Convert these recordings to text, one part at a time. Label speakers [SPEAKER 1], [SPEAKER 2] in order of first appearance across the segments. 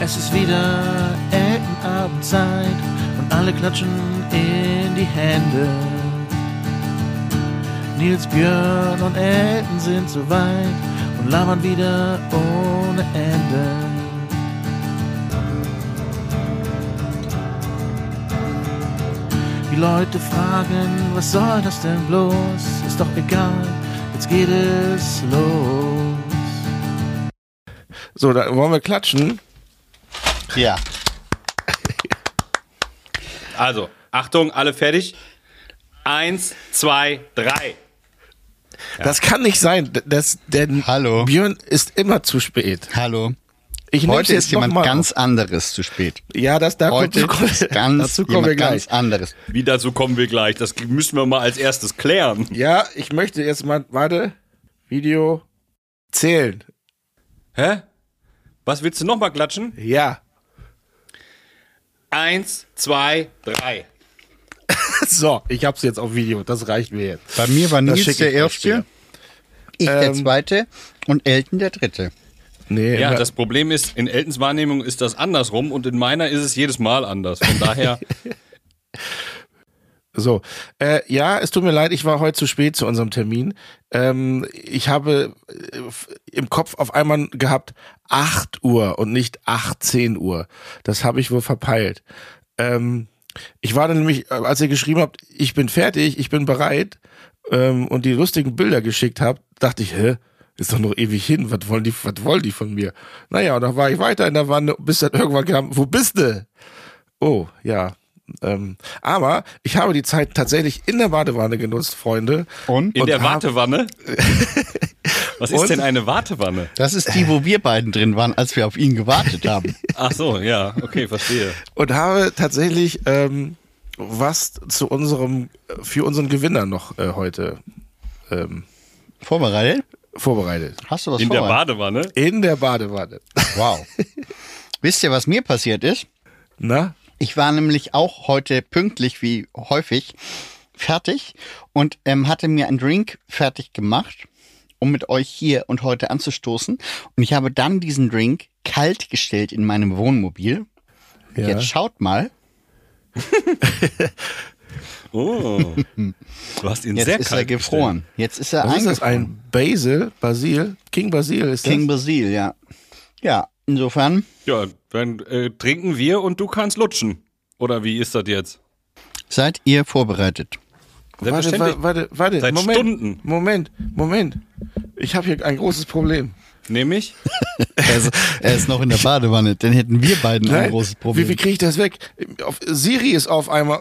[SPEAKER 1] Es ist wieder Eltenabendzeit und alle klatschen in die Hände. Nils, Björn und Elton sind so weit und labern wieder ohne Ende. Die Leute fragen, was soll das denn bloß? Ist doch egal, jetzt geht es los.
[SPEAKER 2] So, da wollen wir klatschen.
[SPEAKER 3] Ja.
[SPEAKER 4] Also, Achtung, alle fertig. Eins, zwei, drei.
[SPEAKER 2] Das kann nicht sein, d- das, denn
[SPEAKER 3] Hallo.
[SPEAKER 2] Björn ist immer zu spät.
[SPEAKER 3] Hallo.
[SPEAKER 2] Ich nehm's
[SPEAKER 3] Heute
[SPEAKER 2] jetzt
[SPEAKER 3] ist jemand
[SPEAKER 2] noch mal
[SPEAKER 3] ganz anderes zu spät.
[SPEAKER 2] auf. Ja, das da
[SPEAKER 3] Heute
[SPEAKER 2] kommt,
[SPEAKER 3] ist ganz
[SPEAKER 2] dazu kommen
[SPEAKER 3] jemand
[SPEAKER 2] wir gleich.
[SPEAKER 3] ganz anderes.
[SPEAKER 4] Wie dazu kommen wir gleich? Das müssen wir mal als erstes klären.
[SPEAKER 2] Ja, ich möchte jetzt mal, warte, Video zählen.
[SPEAKER 4] Hä? Was willst du nochmal klatschen?
[SPEAKER 2] Ja.
[SPEAKER 4] Eins, zwei, drei.
[SPEAKER 2] So, ich hab's jetzt auf Video, das reicht mir jetzt.
[SPEAKER 3] Bei mir war
[SPEAKER 2] Das
[SPEAKER 3] Nils
[SPEAKER 2] schicke
[SPEAKER 3] der
[SPEAKER 2] ich euch
[SPEAKER 3] Erste, ich der
[SPEAKER 2] Ähm.
[SPEAKER 3] Zweite und Elton der Dritte.
[SPEAKER 2] Nee,
[SPEAKER 4] Ja,
[SPEAKER 2] na-
[SPEAKER 4] das Problem ist, in Eltons Wahrnehmung ist das andersrum und in meiner ist es jedes Mal anders. Von daher,
[SPEAKER 2] So, äh, ja, es tut mir leid, ich war heute zu spät zu unserem Termin. Ähm, ich habe äh, f- im Kopf auf einmal gehabt 8 Uhr und nicht 18 Uhr. Das habe ich wohl verpeilt. Ähm, ich war dann nämlich, äh, als ihr geschrieben habt, ich bin fertig, ich bin bereit ähm, und die lustigen Bilder geschickt habt, dachte ich, hä? Ist doch noch ewig hin, was wollen die, was wollen die von mir? Naja, und dann war ich weiter in der Wanne, bis dann irgendwann kam, wo bist du? Oh, ja. Ähm, aber ich habe die Zeit tatsächlich in der Badewanne genutzt, Freunde.
[SPEAKER 3] Und?
[SPEAKER 4] in der
[SPEAKER 2] hab-
[SPEAKER 4] Wartewanne. Was ist
[SPEAKER 2] Und?
[SPEAKER 4] denn eine Wartewanne?
[SPEAKER 3] Das ist die, wo wir beiden drin waren, als wir auf ihn gewartet haben.
[SPEAKER 4] Ach so, ja, okay, verstehe.
[SPEAKER 2] Und habe tatsächlich ähm, was zu unserem, für unseren Gewinner noch äh, heute ähm,
[SPEAKER 3] Vorbereitet?
[SPEAKER 2] vorbereitet.
[SPEAKER 3] Hast du was
[SPEAKER 4] In der
[SPEAKER 3] vorbereitet?
[SPEAKER 4] Badewanne?
[SPEAKER 2] In der Badewanne.
[SPEAKER 3] Wow. Wisst ihr, was mir passiert ist?
[SPEAKER 2] Na?
[SPEAKER 3] Ich war nämlich auch heute pünktlich wie häufig fertig und ähm, hatte mir einen Drink fertig gemacht, um mit euch hier und heute anzustoßen. Und ich habe dann diesen Drink kalt gestellt in meinem Wohnmobil.
[SPEAKER 2] Ja.
[SPEAKER 3] Jetzt schaut mal,
[SPEAKER 4] Oh. Du hast ihn
[SPEAKER 3] jetzt
[SPEAKER 4] sehr
[SPEAKER 3] ist er
[SPEAKER 4] kalt
[SPEAKER 3] gefroren. Jetzt ist er
[SPEAKER 2] Was ist das?
[SPEAKER 3] eingefroren.
[SPEAKER 2] Ein Basil? Basil? King Basil ist
[SPEAKER 3] King
[SPEAKER 2] das?
[SPEAKER 3] Basil, ja. Ja, insofern
[SPEAKER 4] gestellt. Ja, dann äh, trinken wir und du kannst lutschen. Oder wie ist das jetzt?
[SPEAKER 3] seid ihr vorbereitet.
[SPEAKER 2] Warte,
[SPEAKER 4] Selbstverständlich.
[SPEAKER 2] warte, warte, warte.
[SPEAKER 4] Seit
[SPEAKER 2] Moment,
[SPEAKER 4] Stunden.
[SPEAKER 2] Moment, Moment. Ich habe hier ein großes Problem.
[SPEAKER 4] Nämlich?
[SPEAKER 3] Er ist, er ist noch in der Badewanne, dann hätten wir beiden ein großes Problem.
[SPEAKER 2] Wie, wie kriege ich das weg? Auf, Siri ist auf einmal.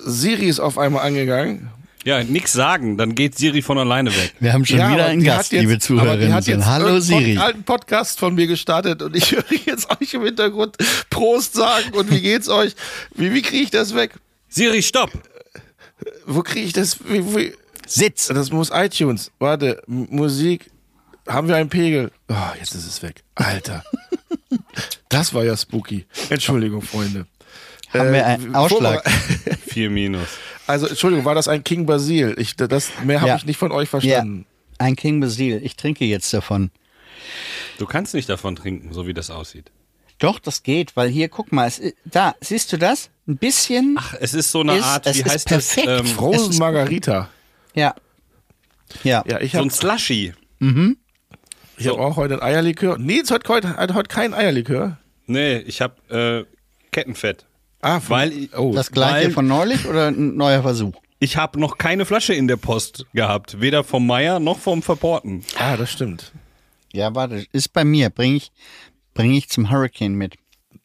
[SPEAKER 2] Siri ist auf einmal angegangen.
[SPEAKER 4] Ja, nix sagen, dann geht Siri von alleine weg.
[SPEAKER 3] wir haben schon
[SPEAKER 2] Ja,
[SPEAKER 3] wieder
[SPEAKER 2] aber
[SPEAKER 3] einen
[SPEAKER 2] die hat
[SPEAKER 3] Gast,
[SPEAKER 2] jetzt-
[SPEAKER 3] liebe
[SPEAKER 2] aber die
[SPEAKER 3] Zuhörerinnen.
[SPEAKER 2] hat
[SPEAKER 3] und Zuhörer.
[SPEAKER 2] jetzt
[SPEAKER 3] Hallo
[SPEAKER 2] einen Pod-
[SPEAKER 3] Siri.
[SPEAKER 2] alten Podcast von mir gestartet und ich höre jetzt euch im Hintergrund Prost sagen und wie geht's euch? Wie, wie kriege ich das weg?
[SPEAKER 4] Siri, stopp!
[SPEAKER 2] Wo kriege ich das? Wie, wie?
[SPEAKER 3] Sitz.
[SPEAKER 2] Das muss iTunes. Warte, M- Musik. Haben wir einen Pegel? Oh, jetzt ist es weg. Alter. Das war ja spooky. Entschuldigung, Freunde. Äh,
[SPEAKER 3] Haben wir einen Ausschlag?
[SPEAKER 4] Vier Minus.
[SPEAKER 2] Also, Entschuldigung, war das ein King Basil? Ich, das, mehr habe
[SPEAKER 3] Ja.
[SPEAKER 2] ich nicht von euch
[SPEAKER 3] Ja,
[SPEAKER 2] verstanden.
[SPEAKER 3] ein King Basil. Ich trinke jetzt davon.
[SPEAKER 4] Du kannst nicht davon trinken, so wie das aussieht.
[SPEAKER 3] Doch, das geht, weil hier, guck mal, es, i- da, siehst du das? Ein bisschen.
[SPEAKER 4] Ach, es ist so eine
[SPEAKER 3] Ist-
[SPEAKER 4] Art,
[SPEAKER 3] es
[SPEAKER 4] wie
[SPEAKER 3] ist
[SPEAKER 4] heißt
[SPEAKER 3] perfekt.
[SPEAKER 4] das? Ähm,
[SPEAKER 2] Frozen Margarita.
[SPEAKER 3] Ja. Ja.
[SPEAKER 2] Ja, ich
[SPEAKER 4] so
[SPEAKER 2] habe
[SPEAKER 4] ein Slushy.
[SPEAKER 2] ich hab auch heute ein Eierlikör. Nils hat heute, hat heute kein Eierlikör.
[SPEAKER 4] Nee, ich hab äh, Kettenfett.
[SPEAKER 2] Ah, von,
[SPEAKER 4] Weil ich-
[SPEAKER 2] oh,
[SPEAKER 3] Das gleiche
[SPEAKER 4] Weil-
[SPEAKER 3] von neulich oder ein neuer Versuch?
[SPEAKER 4] Ich habe noch keine Flasche in der Post gehabt. Weder vom Meier noch vom Verporten.
[SPEAKER 2] ah, das stimmt.
[SPEAKER 3] Ja, warte, ist bei mir. Bring ich, bring ich zum Hurricane mit.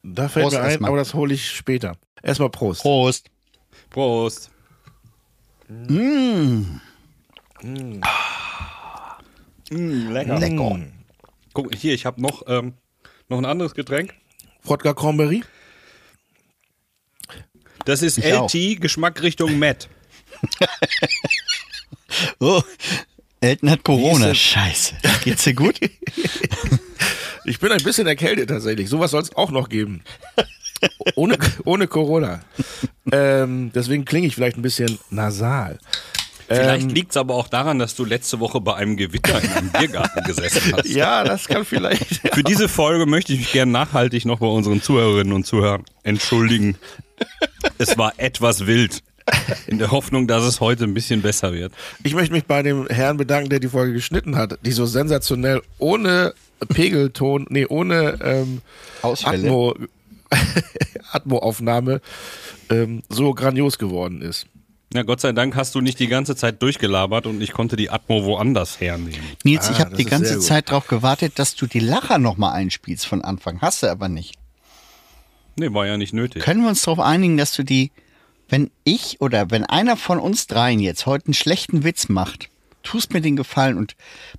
[SPEAKER 2] Da fällt
[SPEAKER 3] Prost
[SPEAKER 2] mir ein,
[SPEAKER 3] erstmal.
[SPEAKER 2] aber das hole ich später. Erstmal Prost.
[SPEAKER 3] Prost.
[SPEAKER 4] Prost. Mm. lecker.
[SPEAKER 3] Lecker.
[SPEAKER 4] Guck, hier, ich habe noch, ähm, noch ein anderes Getränk.
[SPEAKER 2] Wodka Cranberry.
[SPEAKER 4] Das ist
[SPEAKER 3] Ich auch.
[SPEAKER 4] LT, Geschmack Richtung Matt.
[SPEAKER 3] Oh. Elton hat
[SPEAKER 2] Wie ist
[SPEAKER 3] Corona.
[SPEAKER 2] denn-
[SPEAKER 3] Scheiße. Geht's dir gut?
[SPEAKER 2] Ich bin ein bisschen erkältet tatsächlich. Sowas soll es auch noch geben. Ohne, ohne Corona. Ähm, deswegen klinge ich vielleicht ein bisschen nasal.
[SPEAKER 4] Vielleicht liegt's liegt es aber auch daran, dass du letzte Woche bei einem Gewitter in einem Biergarten gesessen hast.
[SPEAKER 2] Ja, das kann vielleicht.
[SPEAKER 4] Für diese Folge möchte ich mich gerne nachhaltig noch bei unseren Zuhörerinnen und Zuhörern entschuldigen. Es war etwas wild. In der Hoffnung, dass es heute ein bisschen besser wird.
[SPEAKER 2] Ich möchte mich bei dem Herrn bedanken, der die Folge geschnitten hat, die so sensationell ohne Pegelton, nee, ohne ähm,
[SPEAKER 3] Ausfälle.
[SPEAKER 2] Atmo, Atmo-Aufnahme ähm, so grandios geworden ist.
[SPEAKER 4] Na, Gott sei Dank hast du nicht die ganze Zeit durchgelabert und ich konnte die Atmo woanders hernehmen.
[SPEAKER 3] Nils, ich
[SPEAKER 2] Ah,
[SPEAKER 3] habe
[SPEAKER 2] das
[SPEAKER 3] die
[SPEAKER 2] ist
[SPEAKER 3] ganze
[SPEAKER 2] sehr gut.
[SPEAKER 3] Zeit darauf gewartet, dass du die Lacher nochmal einspielst von Anfang. Hast du aber nicht.
[SPEAKER 4] Nee, war ja nicht nötig.
[SPEAKER 3] Können wir uns darauf einigen, dass du die, wenn ich oder wenn einer von uns dreien jetzt heute einen schlechten Witz macht, tust mir den Gefallen und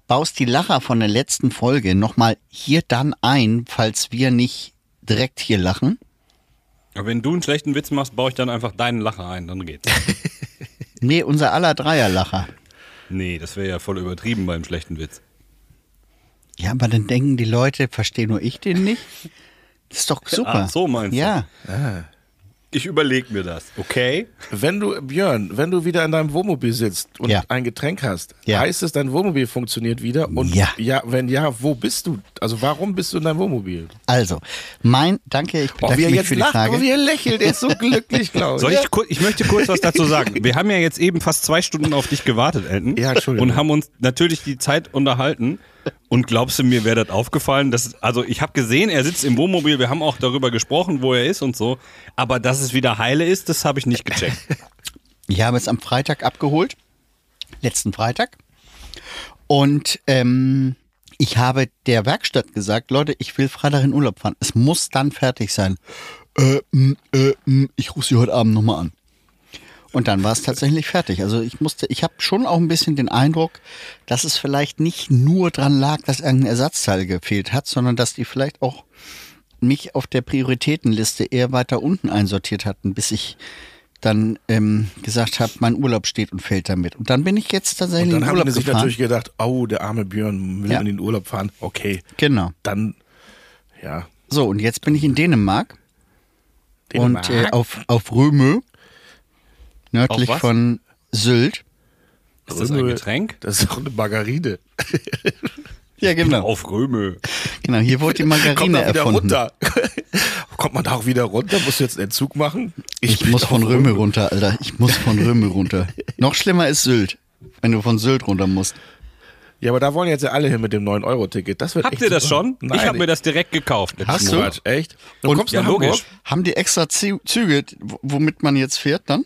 [SPEAKER 3] baust die Lacher von der letzten Folge nochmal hier dann ein, falls wir nicht direkt hier lachen?
[SPEAKER 4] Aber wenn du einen schlechten Witz machst, baue ich dann einfach deinen Lacher ein, dann geht's.
[SPEAKER 3] Nee, unser aller Dreierlacher.
[SPEAKER 4] Nee, das wäre ja voll übertrieben beim schlechten Witz.
[SPEAKER 3] Ja, aber dann denken die Leute, verstehe nur ich den nicht. Das ist doch super.
[SPEAKER 4] Ah, so meinst du.
[SPEAKER 3] Ja,
[SPEAKER 4] Ich überlege mir das. Okay.
[SPEAKER 2] Wenn du, Björn, wenn du wieder in deinem Wohnmobil sitzt und
[SPEAKER 3] Ja.
[SPEAKER 2] ein Getränk hast,
[SPEAKER 3] Ja.
[SPEAKER 2] heißt es, dein Wohnmobil funktioniert wieder? Und
[SPEAKER 3] Ja.
[SPEAKER 2] wenn ja, wo bist du? Also warum bist du in deinem Wohnmobil?
[SPEAKER 3] also, mein, danke, ich
[SPEAKER 2] Oh,
[SPEAKER 3] bedanke
[SPEAKER 2] wie er
[SPEAKER 3] mich
[SPEAKER 2] jetzt
[SPEAKER 3] für die
[SPEAKER 2] lacht,
[SPEAKER 3] Frage.
[SPEAKER 2] oh, wie er lächelt, er ist so glücklich, glaube ich.
[SPEAKER 4] Soll ich, kur- ich möchte kurz was dazu sagen. Wir haben ja jetzt eben fast zwei Stunden auf dich gewartet, Elton.
[SPEAKER 2] Ja, Entschuldigung.
[SPEAKER 4] Und haben uns natürlich die Zeit unterhalten. Und glaubst du, mir wäre das aufgefallen? Dass, also ich habe gesehen, er sitzt im Wohnmobil. Wir haben auch darüber gesprochen, wo er ist und so. Aber dass es wieder heile ist, das habe ich nicht gecheckt.
[SPEAKER 3] Ich habe es am Freitag abgeholt, letzten Freitag. Und ähm, ich habe der Werkstatt gesagt, Leute, ich will Freitag in Urlaub fahren. Es muss dann fertig sein. Äh, m, äh, m, ich rufe sie heute Abend nochmal an. Und dann war es tatsächlich fertig. Also ich musste, ich habe schon auch ein bisschen den Eindruck, dass es vielleicht nicht nur dran lag, dass irgendein Ersatzteil gefehlt hat, sondern dass die vielleicht auch mich auf der Prioritätenliste eher weiter unten einsortiert hatten, bis ich dann ähm, gesagt habe, mein Urlaub steht und fällt damit. Und dann bin ich jetzt tatsächlich
[SPEAKER 2] Und dann
[SPEAKER 3] in den
[SPEAKER 2] haben
[SPEAKER 3] Urlaub
[SPEAKER 2] die sich
[SPEAKER 3] gefahren.
[SPEAKER 2] natürlich gedacht, oh, der arme Björn will
[SPEAKER 3] Ja.
[SPEAKER 2] in den Urlaub fahren. Okay,
[SPEAKER 3] Genau.
[SPEAKER 2] dann, ja.
[SPEAKER 3] So, und jetzt bin ich in Dänemark,
[SPEAKER 2] Dänemark.
[SPEAKER 3] und äh, auf, auf Römö, nördlich
[SPEAKER 4] Auf was?
[SPEAKER 3] von Sylt.
[SPEAKER 4] Ist das ein Getränk?
[SPEAKER 2] Das ist doch eine Margarine.
[SPEAKER 3] Ja,
[SPEAKER 4] Auf Röme.
[SPEAKER 3] Genau, hier wurde die
[SPEAKER 2] Kommt
[SPEAKER 3] Margarine
[SPEAKER 2] man wieder
[SPEAKER 3] erfunden.
[SPEAKER 2] runter. Kommt man da auch wieder runter? Musst du jetzt einen Entzug machen?
[SPEAKER 3] Ich
[SPEAKER 2] bin
[SPEAKER 3] muss
[SPEAKER 2] auf
[SPEAKER 3] von Röme runter, Alter. Ich muss von Röme runter. Noch schlimmer ist Sylt, wenn du von Sylt runter musst.
[SPEAKER 2] Ja, aber da wollen jetzt ja alle hin mit dem 9-Euro-Ticket. Das wird
[SPEAKER 4] Habt
[SPEAKER 2] echt
[SPEAKER 4] ihr das
[SPEAKER 2] super.
[SPEAKER 4] schon?
[SPEAKER 2] Nein,
[SPEAKER 4] ich habe mir das direkt gekauft. letzten
[SPEAKER 2] Hast du?
[SPEAKER 4] Monat.
[SPEAKER 2] Quatsch, echt? Du
[SPEAKER 4] Und-
[SPEAKER 2] kommst
[SPEAKER 4] ja,
[SPEAKER 2] nach Hamburg?
[SPEAKER 4] logisch.
[SPEAKER 3] Haben die extra Zü- Züge, w- womit man jetzt fährt dann?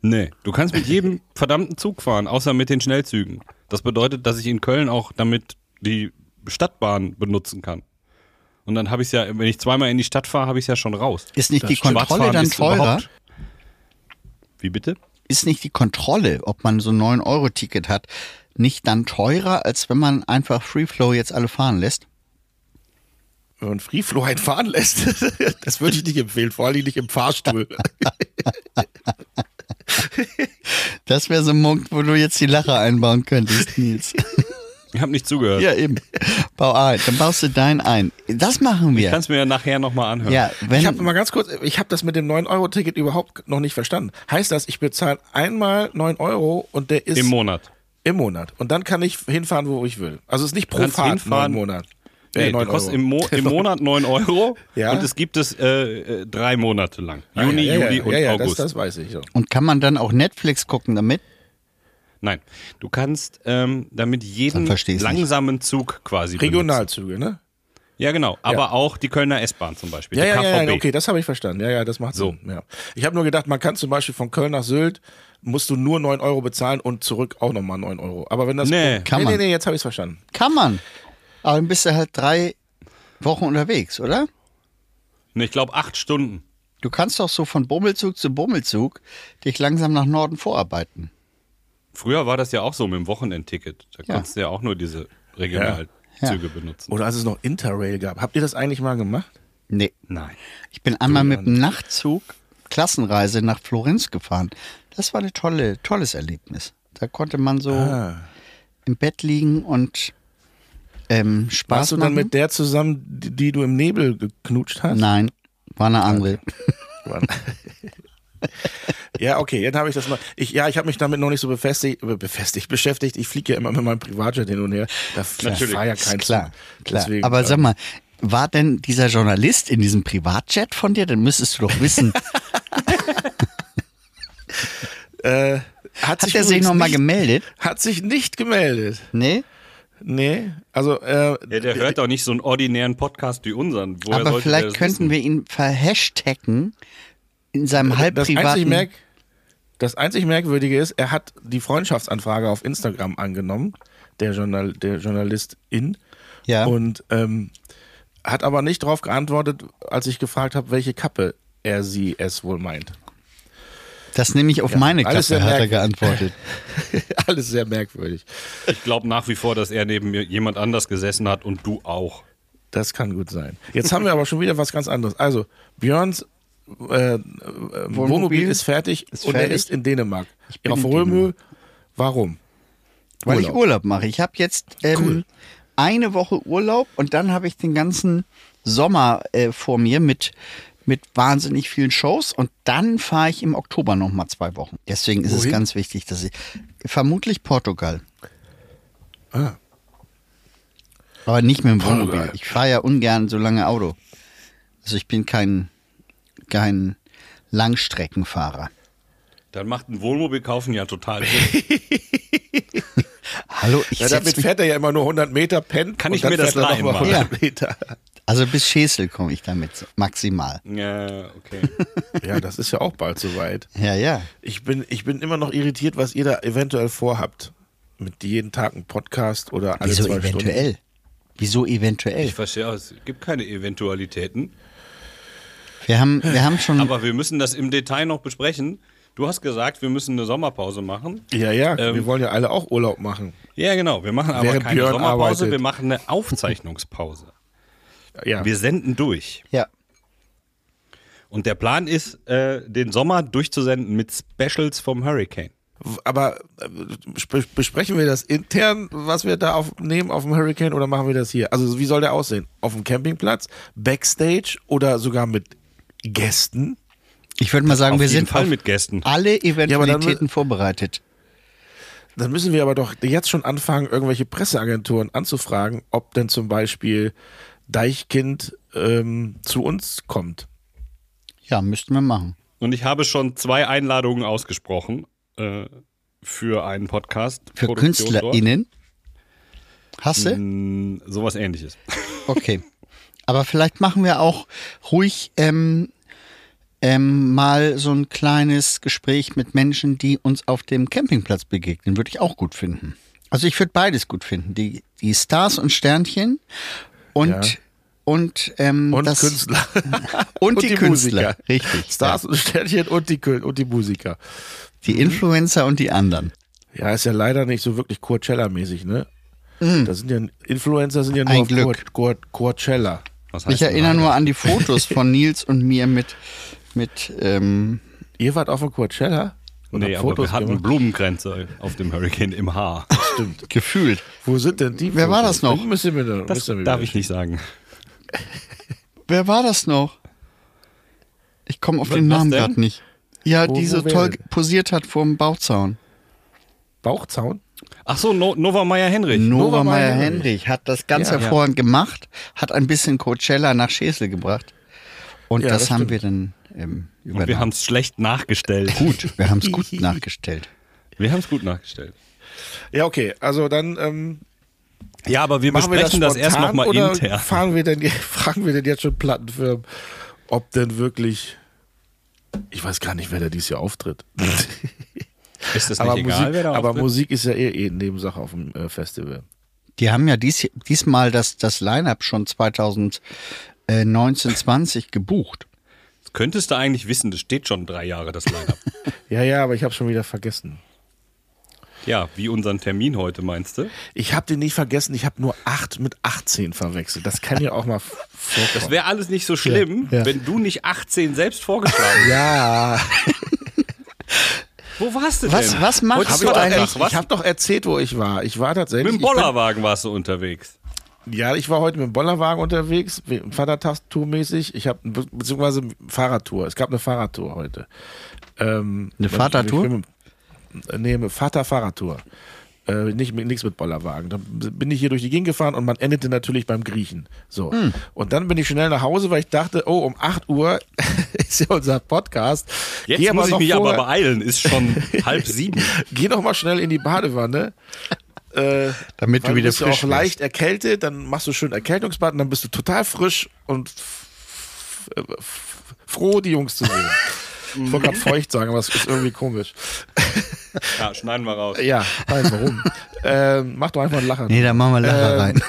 [SPEAKER 4] Nee, du kannst mit jedem verdammten Zug fahren, außer mit den Schnellzügen. Das bedeutet, dass ich in Köln auch damit die Stadtbahn benutzen kann. Und dann habe ich es ja, wenn ich zweimal in die Stadt fahre, habe ich es ja schon raus.
[SPEAKER 3] Ist nicht die
[SPEAKER 4] stimmt.
[SPEAKER 3] Kontrolle
[SPEAKER 4] Schwarzfahren
[SPEAKER 3] dann
[SPEAKER 4] ist
[SPEAKER 3] teurer?
[SPEAKER 4] überhaupt- Wie bitte?
[SPEAKER 3] Ist nicht die Kontrolle, ob man so ein 9-Euro-Ticket hat, nicht dann teurer, als wenn man einfach Freeflow jetzt alle fahren lässt?
[SPEAKER 2] Wenn man Freeflow einen fahren lässt, das würde ich nicht empfehlen. Vor allem nicht im Fahrstuhl.
[SPEAKER 3] Das wäre so ein Punkt, wo du jetzt die Lache einbauen könntest, Nils.
[SPEAKER 4] Ich habe nicht zugehört.
[SPEAKER 3] ja, eben. Bau ein. Dann baust du deinen ein. Das machen wir.
[SPEAKER 4] Kannst mir ja nachher nochmal anhören.
[SPEAKER 3] ja, wenn,
[SPEAKER 2] ich habe mal ganz kurz, ich habe das mit dem 9-Euro-Ticket überhaupt noch nicht verstanden. Heißt das, ich bezahle einmal 9 Euro und der ist
[SPEAKER 4] Im Monat.
[SPEAKER 2] im Monat. Und dann kann ich hinfahren, wo ich will. Also es ist nicht pro
[SPEAKER 4] Kannst
[SPEAKER 2] Fahrt 9
[SPEAKER 4] hinfahren.
[SPEAKER 2] Monat. Äh,
[SPEAKER 4] Nee,
[SPEAKER 2] neun
[SPEAKER 4] du Äh, kostet
[SPEAKER 2] Euro.
[SPEAKER 4] im, Mo im Monat 9 Euro
[SPEAKER 2] Ja.
[SPEAKER 4] und es gibt es äh, äh, drei Monate lang.
[SPEAKER 2] Ah, ja,
[SPEAKER 4] Juni,
[SPEAKER 2] ja, ja,
[SPEAKER 4] Juli
[SPEAKER 2] ja,
[SPEAKER 4] und
[SPEAKER 2] ja,
[SPEAKER 4] August.
[SPEAKER 2] Das, das weiß ich. So.
[SPEAKER 3] und kann man dann auch Netflix gucken damit?
[SPEAKER 4] Nein, du kannst ähm, damit jeden
[SPEAKER 3] Dann versteh ich's nicht.
[SPEAKER 4] langsamen Zug quasi benutzen.
[SPEAKER 2] Regionalzüge, ne?
[SPEAKER 4] Ja, genau. Aber auch die Kölner S-Bahn zum Beispiel.
[SPEAKER 2] Ja,
[SPEAKER 4] der
[SPEAKER 2] ja, ja,
[SPEAKER 4] KVB.
[SPEAKER 2] ja, okay, das habe ich verstanden. Ja, ja, das macht so. Sinn. Ja. Ich habe nur gedacht, man kann zum Beispiel von Köln nach Sylt, musst du nur 9 Euro bezahlen und zurück auch nochmal 9 Euro. Aber wenn das.
[SPEAKER 4] Nee.
[SPEAKER 3] Kann
[SPEAKER 2] nee,
[SPEAKER 3] man.
[SPEAKER 2] nee, nee, jetzt habe ich es verstanden.
[SPEAKER 3] Kann man. Aber dann bist du halt drei Wochen unterwegs, oder?
[SPEAKER 4] Nee, Ich glaube, acht Stunden.
[SPEAKER 3] Du kannst doch so von Bummelzug zu Bummelzug dich langsam nach Norden vorarbeiten.
[SPEAKER 4] Früher war das ja auch so mit dem Wochenendticket. Da
[SPEAKER 3] Ja.
[SPEAKER 4] konntest du ja auch nur diese Regionalzüge benutzen.
[SPEAKER 2] Oder als es noch Interrail gab. Habt ihr das eigentlich mal gemacht?
[SPEAKER 3] Nee.
[SPEAKER 4] Nein.
[SPEAKER 3] Ich bin einmal mit dem Nachtzug Klassenreise nach Florenz gefahren. Das war ein tolle, tolles Erlebnis. Da konnte man so
[SPEAKER 2] Ah.
[SPEAKER 3] im Bett liegen und ähm, Spaß
[SPEAKER 2] Warst du dann
[SPEAKER 3] machen.
[SPEAKER 2] mit der zusammen, die, die du im Nebel geknutscht hast?
[SPEAKER 3] Nein, war eine Angel.
[SPEAKER 2] Mann. Ja, okay, jetzt habe ich das mal. Ich, ja, ich habe mich damit noch nicht so befestigt, äh, befestigt beschäftigt. Ich fliege ja immer mit meinem Privatjet hin und her. Da
[SPEAKER 4] Natürlich.
[SPEAKER 2] war ja kein
[SPEAKER 3] klar,
[SPEAKER 2] Zug.
[SPEAKER 3] klar.
[SPEAKER 2] Deswegen,
[SPEAKER 3] Aber
[SPEAKER 2] äh,
[SPEAKER 3] sag mal, war denn dieser Journalist in diesem Privatjet von dir? Dann müsstest du doch wissen.
[SPEAKER 2] äh, hat,
[SPEAKER 3] Hat er sich
[SPEAKER 2] übrigens
[SPEAKER 3] nochmal
[SPEAKER 2] nicht-
[SPEAKER 3] gemeldet?
[SPEAKER 2] Hat sich nicht gemeldet.
[SPEAKER 3] Nee?
[SPEAKER 2] Nee, also äh,
[SPEAKER 4] Ja, der hört doch nicht so einen ordinären Podcast wie unseren. Woher
[SPEAKER 3] Aber
[SPEAKER 4] sollte der
[SPEAKER 3] vielleicht
[SPEAKER 4] das
[SPEAKER 3] könnten wir ihn verhashtaggen in seinem halb
[SPEAKER 2] das einzig, merk,
[SPEAKER 3] privaten.
[SPEAKER 2] das einzig Merkwürdige ist, er hat die Freundschaftsanfrage auf Instagram angenommen, der, Journal, der Journalistin.
[SPEAKER 3] Ja.
[SPEAKER 2] Und ähm, hat aber nicht darauf geantwortet, als ich gefragt habe, welche Kappe er sie es wohl meint.
[SPEAKER 3] Das nehme ich auf
[SPEAKER 2] Ja,
[SPEAKER 3] meine
[SPEAKER 2] alles
[SPEAKER 3] Kappe,
[SPEAKER 2] sehr
[SPEAKER 3] hat er
[SPEAKER 2] merkwürdig.
[SPEAKER 3] geantwortet.
[SPEAKER 2] Alles sehr merkwürdig.
[SPEAKER 4] wissen? Ich glaube nach wie vor, dass er neben mir jemand anders gesessen hat und du auch.
[SPEAKER 2] Das kann gut sein. Jetzt haben wir aber schon wieder was ganz anderes. Also, Björns äh, äh, Wohnmobil, ist fertig
[SPEAKER 3] ist
[SPEAKER 2] und er
[SPEAKER 3] fertig.
[SPEAKER 2] ist in Dänemark.
[SPEAKER 3] bin
[SPEAKER 2] Auf
[SPEAKER 3] in
[SPEAKER 2] Römö. Warum?
[SPEAKER 3] Weil ich
[SPEAKER 2] Urlaub.
[SPEAKER 3] Urlaub mache. Ich habe jetzt ähm,
[SPEAKER 2] Cool.
[SPEAKER 3] eine Woche Urlaub und dann habe ich den ganzen Sommer äh, vor mir mit, mit wahnsinnig vielen Shows und dann fahre ich im Oktober nochmal zwei Wochen. Deswegen ist es
[SPEAKER 2] Wohin?
[SPEAKER 3] ganz wichtig, dass ich. Vermutlich Portugal.
[SPEAKER 2] Ah.
[SPEAKER 3] Aber nicht mit dem
[SPEAKER 2] Portugal.
[SPEAKER 3] Wohnmobil. Ich fahre ja ungern so lange Auto. Also ich bin kein, kein Langstreckenfahrer.
[SPEAKER 4] Dann macht ein Wohnmobil kaufen ja total Sinn.
[SPEAKER 3] Hallo, ich
[SPEAKER 2] Ja, damit
[SPEAKER 3] setz mich,
[SPEAKER 2] fährt er ja immer nur 100 Meter, pennt.
[SPEAKER 4] Kann
[SPEAKER 2] und
[SPEAKER 4] ich
[SPEAKER 2] dann
[SPEAKER 4] mir das
[SPEAKER 2] fährt er noch mal
[SPEAKER 4] leihen,
[SPEAKER 2] 100 Meter.
[SPEAKER 3] Also bis Schesel komme ich damit maximal.
[SPEAKER 4] ja, okay.
[SPEAKER 2] Ja, das ist ja auch bald soweit.
[SPEAKER 3] Ja, ja.
[SPEAKER 2] Ich bin, ich bin immer noch irritiert, was ihr da eventuell vorhabt. Mit jeden Tag ein Podcast oder alle
[SPEAKER 3] Wieso
[SPEAKER 2] zwei Stunden.
[SPEAKER 3] eventuell? Wieso eventuell?
[SPEAKER 4] Ich verstehe, auch, es gibt keine Eventualitäten.
[SPEAKER 3] Wir haben, wir haben schon.
[SPEAKER 4] Aber wir müssen das im Detail noch besprechen. Du hast gesagt, wir müssen eine Sommerpause machen.
[SPEAKER 2] Ja, ja,
[SPEAKER 4] Ähm.
[SPEAKER 2] wir wollen ja alle auch Urlaub machen.
[SPEAKER 4] Ja, genau. Wir machen aber
[SPEAKER 2] Während
[SPEAKER 4] keine
[SPEAKER 2] Björn
[SPEAKER 4] Sommerpause,
[SPEAKER 2] arbeitet.
[SPEAKER 4] wir machen eine Aufzeichnungspause.
[SPEAKER 2] Ja,
[SPEAKER 4] Wir senden durch.
[SPEAKER 3] ja.
[SPEAKER 4] Und der Plan ist, äh, den Sommer durchzusenden mit Specials vom Hurricane.
[SPEAKER 2] aber äh, bes- besprechen wir das intern, was wir da aufnehmen auf dem Hurricane oder machen wir das hier? Also, wie soll der aussehen? Auf dem Campingplatz, Backstage oder sogar mit Gästen?
[SPEAKER 3] Ich würde mal sagen,
[SPEAKER 4] Auf
[SPEAKER 3] wir
[SPEAKER 4] jeden
[SPEAKER 3] sind
[SPEAKER 4] Fall
[SPEAKER 3] auf
[SPEAKER 4] mit Gästen.
[SPEAKER 3] alle
[SPEAKER 2] aber dann
[SPEAKER 3] Eventualitäten
[SPEAKER 2] mü-
[SPEAKER 3] vorbereitet.
[SPEAKER 2] Dann müssen wir aber doch jetzt schon anfangen, irgendwelche Presseagenturen anzufragen, ob denn zum Beispiel Deichkind ähm, zu uns kommt.
[SPEAKER 3] Ja, müssten wir machen.
[SPEAKER 4] Und ich habe schon zwei Einladungen ausgesprochen äh, für einen Podcast.
[SPEAKER 3] Für
[SPEAKER 4] Produktion
[SPEAKER 3] KünstlerInnen. Hast
[SPEAKER 4] dort.
[SPEAKER 3] du?
[SPEAKER 4] Mm, Sowas ähnliches.
[SPEAKER 3] Okay. Aber vielleicht machen wir auch ruhig ähm, ähm, mal so ein kleines Gespräch mit Menschen, die uns auf dem Campingplatz begegnen. Würde ich auch gut finden. Also ich würde beides gut finden. Die, die Stars und Sternchen und,
[SPEAKER 2] Ja.
[SPEAKER 3] und, ähm,
[SPEAKER 2] Und
[SPEAKER 3] das,
[SPEAKER 2] Künstler.
[SPEAKER 3] Und, die, Künstler.
[SPEAKER 2] Musiker.
[SPEAKER 3] Richtig.
[SPEAKER 2] Stars und Sternchen und die, Kün- und die Musiker.
[SPEAKER 3] Die Influencer und die anderen.
[SPEAKER 2] Ja, ist ja leider nicht so wirklich Coachella-mäßig, ne? Da sind ja Influencer sind ja nur
[SPEAKER 3] Mhm. Ein
[SPEAKER 2] auf
[SPEAKER 3] Glück.
[SPEAKER 2] Coa- Coa- Coachella.
[SPEAKER 4] Was
[SPEAKER 3] Ich
[SPEAKER 4] heißt denn
[SPEAKER 3] erinnere
[SPEAKER 4] leider?
[SPEAKER 3] nur an die Fotos von Nils und mir mit, mit ähm,
[SPEAKER 2] Ihr wart auf dem Coachella? Und
[SPEAKER 4] Nee,
[SPEAKER 2] habt
[SPEAKER 4] aber wir
[SPEAKER 2] Fotos
[SPEAKER 4] hatten
[SPEAKER 2] gemacht?
[SPEAKER 4] Blumenkränze auf dem Hurricane im Haar.
[SPEAKER 2] Stimmt.
[SPEAKER 3] gefühlt.
[SPEAKER 2] Wo sind denn die?
[SPEAKER 3] Wer war das noch?
[SPEAKER 2] Müsst ihr mir, da-
[SPEAKER 4] Das
[SPEAKER 2] müsst ihr mir
[SPEAKER 4] darf
[SPEAKER 2] wieder-
[SPEAKER 4] ich nicht sagen.
[SPEAKER 3] Wer war das noch? Ich komme auf
[SPEAKER 4] Was-
[SPEAKER 3] den
[SPEAKER 4] was
[SPEAKER 3] Namen
[SPEAKER 4] denn?
[SPEAKER 3] gerade nicht. Ja,
[SPEAKER 2] Wo-
[SPEAKER 3] die
[SPEAKER 2] wo
[SPEAKER 3] so
[SPEAKER 2] wer
[SPEAKER 3] toll
[SPEAKER 2] denn?
[SPEAKER 3] posiert hat vor dem Bauzaun.
[SPEAKER 2] Bauchzaun?
[SPEAKER 4] Ach so, no Nova Meyer Henrich.
[SPEAKER 3] Nora Meyer
[SPEAKER 2] Meyer-Henrich.
[SPEAKER 3] Henrich hat das ganz
[SPEAKER 2] Ja.
[SPEAKER 3] hervorragend gemacht, hat ein bisschen Coachella nach Schesel gebracht. Und
[SPEAKER 2] Ja,
[SPEAKER 3] das,
[SPEAKER 2] das
[SPEAKER 3] haben
[SPEAKER 2] stimmt.
[SPEAKER 3] wir dann ähm,
[SPEAKER 4] Und wir haben
[SPEAKER 3] übernommen.
[SPEAKER 4] es schlecht nachgestellt.
[SPEAKER 3] gut, wir haben es gut nachgestellt.
[SPEAKER 4] Wir haben es gut nachgestellt.
[SPEAKER 2] Ja, okay. Also dann ähm,
[SPEAKER 4] Ja, aber wir
[SPEAKER 2] Machen wir das,
[SPEAKER 4] besprechen das, erst
[SPEAKER 2] spontan
[SPEAKER 4] nochmal
[SPEAKER 2] oder
[SPEAKER 4] intern.
[SPEAKER 2] Fragen wir, denn, fragen wir denn jetzt schon Plattenfirmen, ob denn wirklich. Ich weiß gar nicht, wer da dieses Jahr auftritt.
[SPEAKER 4] Ist das nicht
[SPEAKER 2] aber
[SPEAKER 4] egal,
[SPEAKER 2] Musik,
[SPEAKER 4] wer da
[SPEAKER 2] aber
[SPEAKER 4] auftritt?
[SPEAKER 2] Musik ist ja eh, eh Nebensache auf dem äh, Festival.
[SPEAKER 3] Die haben ja dies, diesmal das, das Line-Up schon 2019, 20 gebucht.
[SPEAKER 4] Das könntest du eigentlich wissen, das steht schon drei Jahre, das Line-Up.
[SPEAKER 2] Ja, ja, aber ich habe schon wieder vergessen.
[SPEAKER 4] ja, wie unseren Termin heute, meinst du?
[SPEAKER 2] Ich habe den nicht vergessen, ich habe nur 8 mit 18 verwechselt. Das kann ja auch mal f-
[SPEAKER 4] Das
[SPEAKER 2] vorkommen.
[SPEAKER 4] wäre alles nicht so schlimm,
[SPEAKER 2] Ja, ja.
[SPEAKER 4] wenn du nicht 18 selbst vorgeschlagen hättest.
[SPEAKER 2] Ja,
[SPEAKER 4] Wo warst du denn?
[SPEAKER 3] Was- was machst
[SPEAKER 4] Heute ist
[SPEAKER 3] du
[SPEAKER 4] Donnerstag,
[SPEAKER 3] eigentlich?
[SPEAKER 2] ich
[SPEAKER 4] Was?
[SPEAKER 2] habe doch erzählt, wo ich war. Ich war tatsächlich.
[SPEAKER 4] Mit dem
[SPEAKER 2] ich bin-
[SPEAKER 4] Bollerwagen warst du unterwegs.
[SPEAKER 2] Ja, ich war heute mit dem Bollerwagen unterwegs, we- Vatertagstour-mäßig. Ich habe be beziehungsweise Fahrradtour. Es gab eine Fahrradtour heute. Ähm,
[SPEAKER 3] Eine Vatertour?
[SPEAKER 2] ich bin mit- äh, Nee, mit Vater-Fahrradtour. Äh, nicht, mit, nichts mit Bollerwagen. Dann bin ich hier durch die Gegend gefahren und man endete natürlich beim Griechen. So.
[SPEAKER 4] Hm.
[SPEAKER 2] Und dann bin ich schnell nach Hause, weil ich dachte, oh, um 8 Uhr ist ja unser Podcast.
[SPEAKER 4] Jetzt
[SPEAKER 2] Geh aber
[SPEAKER 4] muss ich
[SPEAKER 2] noch
[SPEAKER 4] mich
[SPEAKER 2] vorher-
[SPEAKER 4] aber beeilen, ist schon halb sieben.
[SPEAKER 2] Geh doch mal schnell in die Badewanne. Äh,
[SPEAKER 3] Damit du
[SPEAKER 2] weil
[SPEAKER 3] wieder
[SPEAKER 2] bist
[SPEAKER 3] frisch
[SPEAKER 2] ja auch
[SPEAKER 3] wirst.
[SPEAKER 2] leicht erkältet, dann machst du schön Erkältungsbad und dann bist du total frisch und f- f- f- froh, die Jungs zu sehen. ich wollte gerade feucht sagen, aber es ist irgendwie komisch.
[SPEAKER 4] Ja, schneiden wir raus.
[SPEAKER 2] Ja, nein, warum? ähm, mach doch einfach ein Lachen.
[SPEAKER 3] Nee, da machen wir Lacher
[SPEAKER 2] Ähm,
[SPEAKER 3] rein.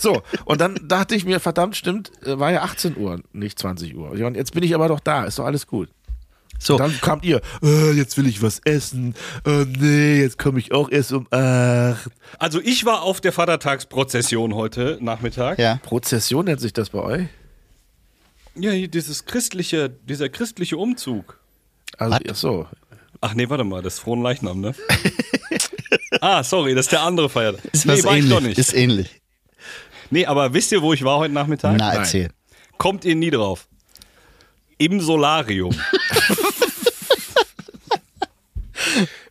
[SPEAKER 2] So, und dann dachte ich mir, verdammt, stimmt, äh, war ja 18 Uhr, nicht 20 Uhr. Ja, und jetzt bin ich aber doch da, ist doch alles gut.
[SPEAKER 3] So,
[SPEAKER 2] Dann kamt ihr, äh, jetzt will ich was essen, äh, nee, jetzt komme ich auch erst um 8.
[SPEAKER 4] Also ich war auf der Vatertagsprozession heute Nachmittag.
[SPEAKER 3] ja.
[SPEAKER 2] Prozession nennt sich das bei euch?
[SPEAKER 4] Ja, hier dieses christliche, dieser christliche Umzug.
[SPEAKER 2] Also, ach so.
[SPEAKER 4] Ach nee, warte mal, das ist frohen Leichnam, ne? ah, sorry, das ist der andere Feiertag.
[SPEAKER 3] Ist
[SPEAKER 4] nee,
[SPEAKER 3] was
[SPEAKER 4] war ich
[SPEAKER 3] ähnlich.
[SPEAKER 4] doch nicht.
[SPEAKER 3] Ist ähnlich.
[SPEAKER 4] nee, aber wisst ihr, wo ich war heute Nachmittag?
[SPEAKER 3] Na, erzähl.
[SPEAKER 4] Kommt ihr nie drauf. Im Solarium.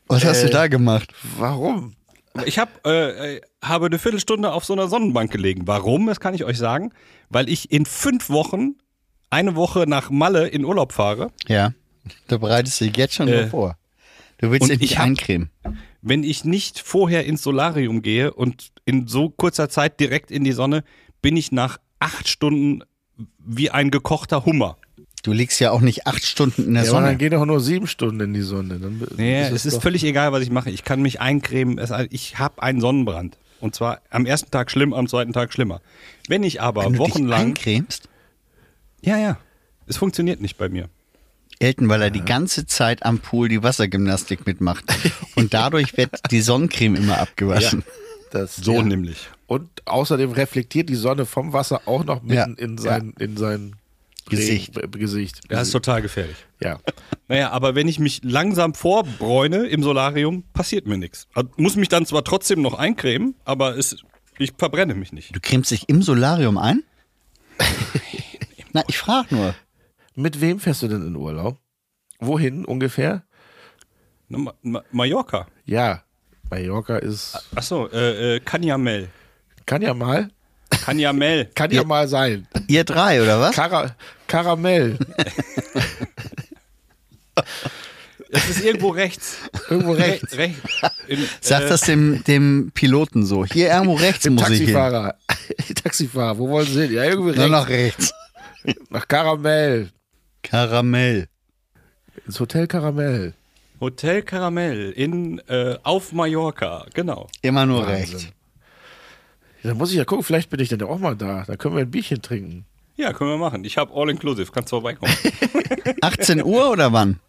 [SPEAKER 3] Was hast du da gemacht?
[SPEAKER 2] Warum?
[SPEAKER 4] Ich hab, äh, äh, habe eine Viertelstunde auf so einer Sonnenbank gelegen. Warum, das kann ich euch sagen. Weil ich in fünf Wochen eine Woche nach Malle in Urlaub fahre.
[SPEAKER 3] Ja. Du bereitest dich jetzt schon
[SPEAKER 4] Äh,
[SPEAKER 3] vor. Du willst
[SPEAKER 4] und
[SPEAKER 3] dich
[SPEAKER 4] ich
[SPEAKER 3] nicht
[SPEAKER 4] hab-
[SPEAKER 3] eincremen.
[SPEAKER 4] Wenn ich nicht vorher ins Solarium gehe und in so kurzer Zeit direkt in die Sonne, bin ich nach acht Stunden wie ein gekochter Hummer.
[SPEAKER 3] Du liegst ja auch nicht acht Stunden in der
[SPEAKER 2] Ja, aber dann
[SPEAKER 3] Sonne.
[SPEAKER 2] geh doch nur sieben Stunden in die Sonne. Dann
[SPEAKER 4] Nee,
[SPEAKER 2] es
[SPEAKER 4] es ist
[SPEAKER 2] doch-
[SPEAKER 4] völlig egal, was ich mache. Ich kann mich eincremen. Es, also ich habe einen Sonnenbrand. Und zwar am ersten Tag schlimm, am zweiten Tag schlimmer. Wenn ich aber
[SPEAKER 3] Wenn du dich
[SPEAKER 4] wochenlang.
[SPEAKER 3] eincremst,
[SPEAKER 4] Ja, ja. Es funktioniert nicht bei mir.
[SPEAKER 3] Elton, weil er die ganze Zeit am Pool die Wassergymnastik mitmacht. Und dadurch wird die Sonnencreme immer abgewaschen.
[SPEAKER 2] das,
[SPEAKER 4] So
[SPEAKER 2] ja.
[SPEAKER 4] nämlich.
[SPEAKER 2] Und außerdem reflektiert die Sonne vom Wasser auch noch mitten
[SPEAKER 3] Ja.
[SPEAKER 2] in sein, in sein
[SPEAKER 3] Gesicht.
[SPEAKER 2] Regen- B- Gesicht.
[SPEAKER 4] Das ist total gefährlich.
[SPEAKER 2] ja.
[SPEAKER 4] Naja, aber wenn ich mich langsam vorbräune im Solarium, passiert mir nichts. Also, Muss mich dann zwar trotzdem noch eincremen, aber es, ich verbrenne mich nicht.
[SPEAKER 3] Du cremst dich im Solarium ein? Na, ich frage nur.
[SPEAKER 2] Mit wem fährst du denn in Urlaub? Wohin ungefähr?
[SPEAKER 4] Na, Ma Ma Mallorca.
[SPEAKER 2] Ja, Mallorca ist.
[SPEAKER 4] Achso, äh, äh, Canyamel.
[SPEAKER 2] Kann ja mal.
[SPEAKER 4] Canyamel.
[SPEAKER 2] Kann ja, mal sein.
[SPEAKER 3] Ihr drei, oder was?
[SPEAKER 2] Kara Karamell.
[SPEAKER 4] Das ist irgendwo rechts.
[SPEAKER 2] Irgendwo rechts.
[SPEAKER 4] Re rechts. Im,
[SPEAKER 3] Sag
[SPEAKER 4] äh,
[SPEAKER 3] das dem, dem Piloten so. Hier irgendwo rechts muss ich
[SPEAKER 2] Taxifahrer. Taxifahrer. Wo wollen Sie hin? Ja, irgendwie
[SPEAKER 3] hin. Nur
[SPEAKER 2] rechts.
[SPEAKER 3] nach rechts.
[SPEAKER 2] Nach Karamell.
[SPEAKER 3] Karamell.
[SPEAKER 2] Ins Hotel Karamell.
[SPEAKER 4] Hotel Karamell in, äh, auf Mallorca. Genau.
[SPEAKER 3] Immer nur
[SPEAKER 2] Wahnsinn.
[SPEAKER 3] rechts.
[SPEAKER 2] Ja, Dann muss ich ja gucken, vielleicht bin ich dann auch mal da. Da können wir ein Bierchen trinken.
[SPEAKER 4] Ja, können wir machen. Ich habe All Inclusive. Kannst vorbeikommen.
[SPEAKER 3] 18 Uhr oder wann?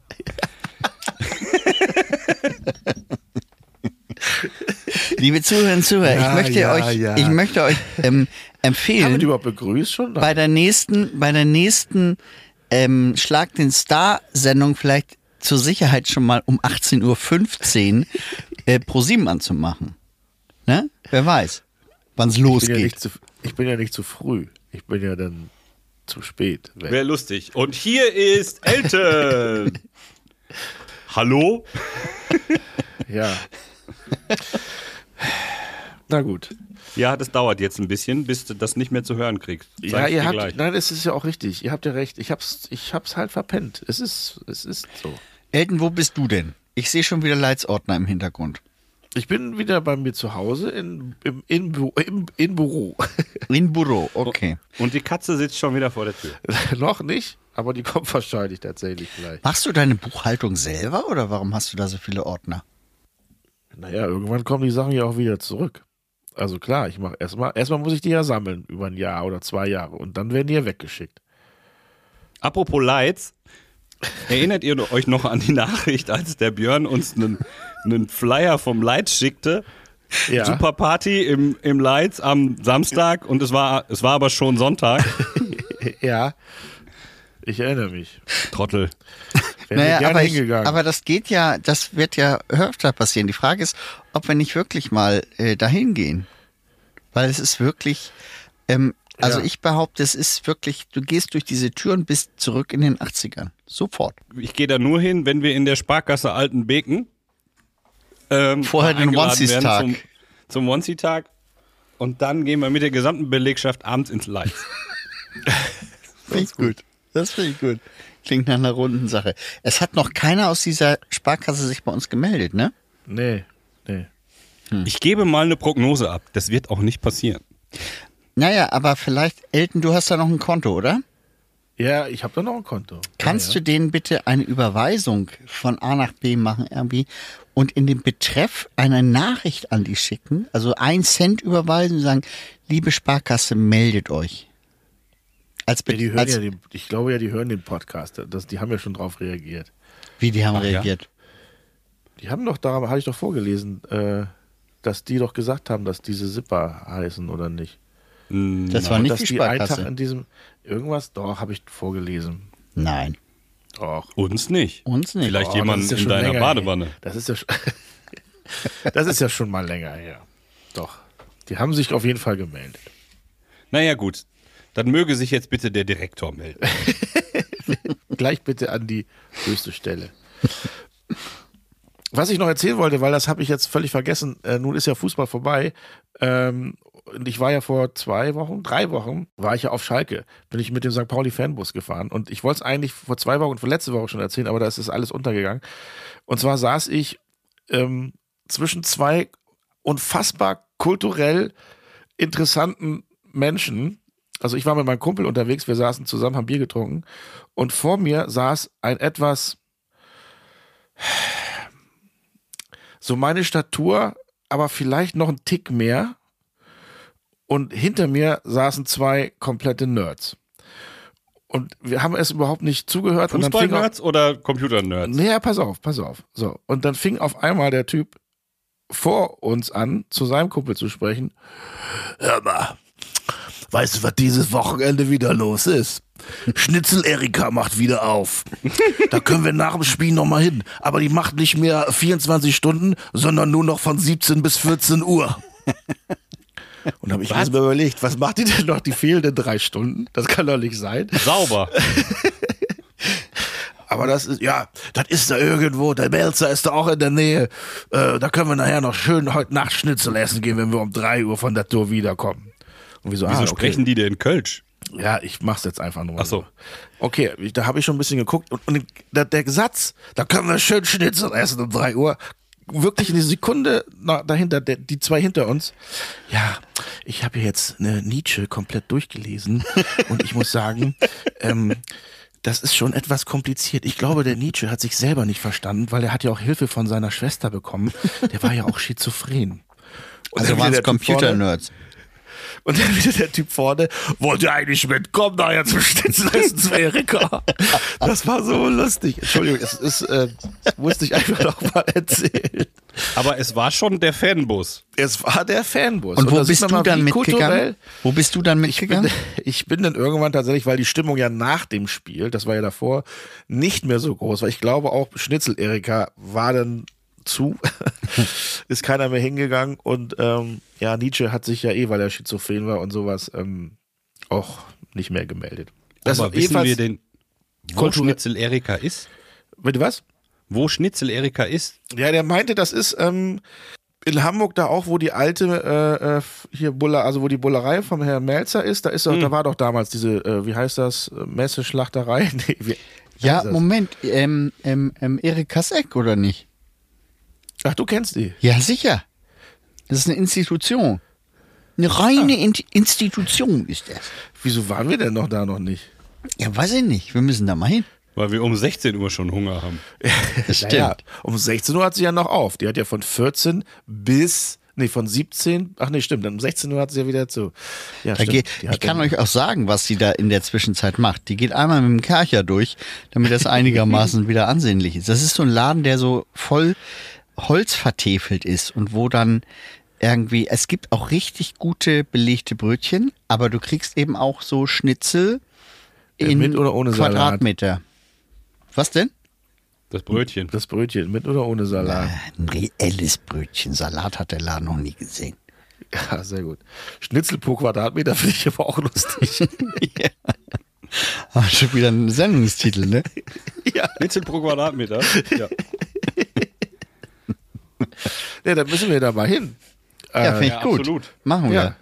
[SPEAKER 3] Liebe Zuhörerinnen und Zuhörer,
[SPEAKER 2] Ja,
[SPEAKER 3] ich möchte
[SPEAKER 2] ja,
[SPEAKER 3] euch,
[SPEAKER 2] ja.
[SPEAKER 3] ich möchte euch ähm,
[SPEAKER 4] Hm.
[SPEAKER 2] Haben wir die
[SPEAKER 3] empfehlen,
[SPEAKER 2] überhaupt begrüßt schon?
[SPEAKER 3] bei der nächsten, bei der nächsten ähm, Schlag den Star-Sendung vielleicht zur Sicherheit schon mal um 18.15 Uhr äh, ProSieben anzumachen. Ne? Wer weiß, wann es
[SPEAKER 2] ich, bin ja
[SPEAKER 3] losgeht.
[SPEAKER 2] nicht zu, ich bin ja nicht zu früh. Ich bin ja dann zu spät.
[SPEAKER 4] Wäre lustig. Und hier ist Elton. Hallo?
[SPEAKER 2] Ja. Na gut.
[SPEAKER 4] Ja, das dauert jetzt ein bisschen, bis du das nicht mehr zu hören kriegst. Sag
[SPEAKER 2] Ja,
[SPEAKER 4] ich
[SPEAKER 2] ihr
[SPEAKER 4] dir
[SPEAKER 2] habt,
[SPEAKER 4] gleich.
[SPEAKER 2] nein, es ist ja auch richtig. Ihr habt ja recht. Ich hab's, ich hab's halt verpennt. Es ist, es ist so.
[SPEAKER 3] Elton, wo bist du denn? Ich sehe schon wieder Leitsordner im Hintergrund.
[SPEAKER 2] Ich bin wieder bei mir zu Hause in, im, in, im, in Büro.
[SPEAKER 3] In Büro, okay.
[SPEAKER 4] Und die Katze sitzt schon wieder vor der Tür.
[SPEAKER 2] Noch nicht, aber die kommt wahrscheinlich tatsächlich gleich.
[SPEAKER 3] Machst du deine Buchhaltung selber oder warum hast du da so viele Ordner?
[SPEAKER 2] Naja, irgendwann kommen die Sachen ja auch wieder zurück. Also klar, ich mache erstmal, erstmal muss ich die ja sammeln über ein Jahr oder zwei Jahre und dann werden die ja weggeschickt.
[SPEAKER 4] Apropos Lights, erinnert ihr euch noch an die Nachricht, als der Björn uns einen, einen Flyer vom Lights schickte?
[SPEAKER 2] Ja.
[SPEAKER 4] Super Party im, im Lights am Samstag und es war, es war aber schon Sonntag.
[SPEAKER 2] Ja. Ich erinnere mich.
[SPEAKER 4] Trottel.
[SPEAKER 2] Wäre naja, gerne
[SPEAKER 3] aber, ich,
[SPEAKER 2] hingegangen.
[SPEAKER 3] aber das geht ja, das wird ja öfter passieren. Die Frage ist, ob wir nicht wirklich mal äh, dahin gehen. Weil es ist wirklich, ähm, also
[SPEAKER 2] Ja.
[SPEAKER 3] ich behaupte, es ist wirklich, du gehst durch diese Tür und bist zurück in den 80ern. Sofort.
[SPEAKER 4] Ich gehe da nur hin, wenn wir in der Sparkasse Altenbeken ähm,
[SPEAKER 3] Vorher den
[SPEAKER 4] eingeladen
[SPEAKER 3] Onesies-Tag.
[SPEAKER 4] werden Zum, zum Onesies-Tag. Und dann gehen wir mit der gesamten Belegschaft abends ins Live.
[SPEAKER 3] Finde ich gut. Das finde ich gut. Klingt nach einer runden Sache. Es hat noch keiner aus dieser Sparkasse sich bei uns gemeldet, ne?
[SPEAKER 2] Nee, nee. Hm.
[SPEAKER 4] ich gebe mal eine Prognose ab. Das wird auch nicht passieren.
[SPEAKER 3] Naja, aber vielleicht, Elton, du hast da noch ein Konto, oder?
[SPEAKER 2] Ja, ich habe da noch ein Konto.
[SPEAKER 3] Kannst du denen bitte eine Überweisung von A nach B machen irgendwie und in dem Betreff eine Nachricht an die schicken, also ein Cent überweisen und sagen, liebe Sparkasse, meldet euch. Als, Be-
[SPEAKER 2] Ja, die hören
[SPEAKER 3] als
[SPEAKER 2] ja den, ich glaube ja, die hören den Podcast. Das, die haben ja schon drauf reagiert.
[SPEAKER 3] wie die haben
[SPEAKER 4] Ach ja.
[SPEAKER 3] reagiert.
[SPEAKER 2] Die haben doch, da habe ich doch vorgelesen, äh, dass die doch gesagt haben, dass diese Zipper heißen oder nicht.
[SPEAKER 3] Das war
[SPEAKER 2] Genau.
[SPEAKER 3] nicht
[SPEAKER 2] dass
[SPEAKER 3] die
[SPEAKER 2] die einen Tag
[SPEAKER 3] Sparkasse.
[SPEAKER 2] in diesem irgendwas, doch, habe ich vorgelesen.
[SPEAKER 3] Nein.
[SPEAKER 2] Doch.
[SPEAKER 4] Uns nicht.
[SPEAKER 3] Uns nicht.
[SPEAKER 4] Vielleicht
[SPEAKER 2] Oh, das
[SPEAKER 4] jemand
[SPEAKER 2] ist ja
[SPEAKER 4] in
[SPEAKER 2] schon
[SPEAKER 4] deiner
[SPEAKER 2] länger
[SPEAKER 4] Badewanne.
[SPEAKER 2] Her. Das ist ja schon, das ist ja schon mal länger her. Doch. Die haben sich auf jeden Fall gemeldet.
[SPEAKER 4] Naja, gut. Dann möge sich jetzt bitte der Direktor melden.
[SPEAKER 2] Gleich bitte an die höchste Stelle. Was ich noch erzählen wollte, weil das habe ich jetzt völlig vergessen, äh, nun ist ja Fußball vorbei. Ähm, und ich war ja vor zwei Wochen, drei Wochen, war ich ja auf Schalke. Bin ich mit dem St. Pauli-Fanbus gefahren. Und ich wollte es eigentlich vor zwei Wochen und vor letzte Woche schon erzählen, aber da ist es alles untergegangen. Und zwar saß ich ähm, zwischen zwei unfassbar kulturell interessanten Menschen. Also ich war mit meinem Kumpel unterwegs, wir saßen zusammen, haben Bier getrunken. Und vor mir saß ein etwas so meine Statur, aber vielleicht noch ein Tick mehr. Und hinter mir saßen zwei komplette Nerds. Und wir haben es überhaupt nicht zugehört. und dann fing auch-
[SPEAKER 4] Fußball-Nerds oder Computer-Nerds?
[SPEAKER 2] naja, pass auf, pass auf. So. Und dann fing auf einmal der Typ vor uns an, zu seinem Kumpel zu sprechen. Hör mal, weißt du, was dieses Wochenende wieder los ist? Schnitzel Erika macht wieder auf. Da können wir nach dem Spiel nochmal hin. Aber die macht nicht mehr 24 Stunden, sondern nur noch von 17 bis 14 Uhr. Und habe ich mir überlegt, was macht die denn noch die fehlenden drei Stunden? Das kann doch nicht sein.
[SPEAKER 4] Sauber.
[SPEAKER 2] Ah, Aber das ist, ja, das ist da irgendwo. Der Melzer ist da auch in der Nähe. Äh, da können wir nachher noch schön heute Nacht Schnitzel essen gehen, wenn wir um 3 Uhr von der Tour wiederkommen. Und ah, wieso,
[SPEAKER 4] Wieso sprechen die denn Kölsch?
[SPEAKER 2] Ja, ich mach's jetzt einfach nur. mal
[SPEAKER 4] Ach so.
[SPEAKER 2] Okay, ich, da habe ich schon ein bisschen geguckt. Und, und der, der Satz, da können wir schön Schnitzel essen um 3 Uhr. Wirklich eine Sekunde na, dahinter, der, die zwei hinter uns. Ja, ich habe jetzt eine Nietzsche komplett durchgelesen. und ich muss sagen, ähm, das ist schon etwas kompliziert. Ich glaube, der Nietzsche hat sich selber nicht verstanden, weil er hat ja auch Hilfe von seiner Schwester bekommen. Der war ja auch schizophren. Und
[SPEAKER 3] Also
[SPEAKER 2] dann wieder
[SPEAKER 3] waren
[SPEAKER 2] der Typ
[SPEAKER 3] es
[SPEAKER 2] vorne-
[SPEAKER 3] Computer-Nerds.
[SPEAKER 2] und dann wieder der Typ vorne, wollt ihr eigentlich mitkommen, nachher zum Schnitzelessen zu Erika? Das war so lustig. Entschuldigung, es ist, äh, das musste ich einfach nochmal erzählen.
[SPEAKER 4] Aber es war schon der Fanbus.
[SPEAKER 2] Es war der Fanbus.
[SPEAKER 3] Und wo
[SPEAKER 2] da sieht
[SPEAKER 3] bist
[SPEAKER 2] man
[SPEAKER 3] du
[SPEAKER 2] mal,
[SPEAKER 3] dann
[SPEAKER 2] wie
[SPEAKER 3] mitgegangen?
[SPEAKER 2] kulturell-
[SPEAKER 3] Wo bist du dann
[SPEAKER 2] Ich bin,
[SPEAKER 3] mitgegangen?
[SPEAKER 2] ich bin dann irgendwann tatsächlich, weil die Stimmung ja nach dem Spiel, das war ja davor, nicht mehr so groß war. Ich glaube auch Schnitzel-Erika war dann zu, ist keiner mehr hingegangen und ähm, ja, Nietzsche hat sich ja eh, weil er schizophren war und sowas, ähm, auch nicht mehr gemeldet. Das
[SPEAKER 4] Aber
[SPEAKER 2] war
[SPEAKER 4] wissen
[SPEAKER 2] Also jedenfalls-
[SPEAKER 4] wir denn, wo
[SPEAKER 2] Kulturell-
[SPEAKER 4] Schnitzel Erika ist?
[SPEAKER 2] Bitte was?
[SPEAKER 4] Wo Schnitzel Erika ist?
[SPEAKER 2] Ja, der meinte, das ist ähm, in Hamburg da auch, wo die alte äh, äh, hier Buller, also wo die Bullerei vom Herrn Melzer ist, da ist doch,
[SPEAKER 3] Mhm.
[SPEAKER 2] da war doch damals diese, äh, wie heißt das, Äh, Messeschlachterei? Nee, wie,
[SPEAKER 3] Ja,
[SPEAKER 2] heißt das?
[SPEAKER 3] Moment, ähm, ähm, ähm, Erik Kasseck, oder nicht?
[SPEAKER 2] Ach, du kennst die.
[SPEAKER 3] Ja, sicher. Das ist eine Institution. Eine reine
[SPEAKER 2] Ah.
[SPEAKER 3] Int- Institution ist das.
[SPEAKER 2] Wieso waren wir denn noch da noch nicht?
[SPEAKER 3] Ja, weiß ich nicht. Wir müssen da mal hin.
[SPEAKER 4] Weil wir um 16 Uhr schon Hunger haben.
[SPEAKER 3] Das stimmt.
[SPEAKER 2] Naja, um 16 Uhr hat sie ja noch auf. Die hat ja von 14 bis, nee, von 17, ach nee, stimmt, dann um 16 Uhr hat sie ja wieder zu. Ja,
[SPEAKER 3] Da geht,
[SPEAKER 2] stimmt. Die
[SPEAKER 3] ich
[SPEAKER 2] hat
[SPEAKER 3] kann
[SPEAKER 2] dann-
[SPEAKER 3] euch auch sagen, was sie da in der Zwischenzeit macht. Die geht einmal mit dem Kercher durch, damit das einigermaßen wieder ansehnlich ist. Das ist so ein Laden, der so voll Holz vertefelt ist und wo dann irgendwie, es gibt auch richtig gute belegte Brötchen, aber du kriegst eben auch so Schnitzel
[SPEAKER 2] Äh,
[SPEAKER 3] in
[SPEAKER 2] mit oder ohne Salat?
[SPEAKER 3] Quadratmeter. Was denn?
[SPEAKER 4] Das Brötchen.
[SPEAKER 2] Das
[SPEAKER 3] Äh,
[SPEAKER 2] Brötchen, mit oder ohne Salat?
[SPEAKER 3] Ein reelles Brötchen. Salat hat der Laden noch nie gesehen.
[SPEAKER 2] Ja, sehr gut. Schnitzel pro Quadratmeter finde ich aber auch lustig.
[SPEAKER 3] Ah, schon wieder ein Sendungstitel, ne?
[SPEAKER 4] Schnitzel pro Quadratmeter. Ja.
[SPEAKER 2] ja, da müssen wir da mal hin. Äh,
[SPEAKER 3] Ja, finde ich
[SPEAKER 4] ja,
[SPEAKER 3] gut.
[SPEAKER 4] absolut.
[SPEAKER 3] Machen wir.
[SPEAKER 2] Ja.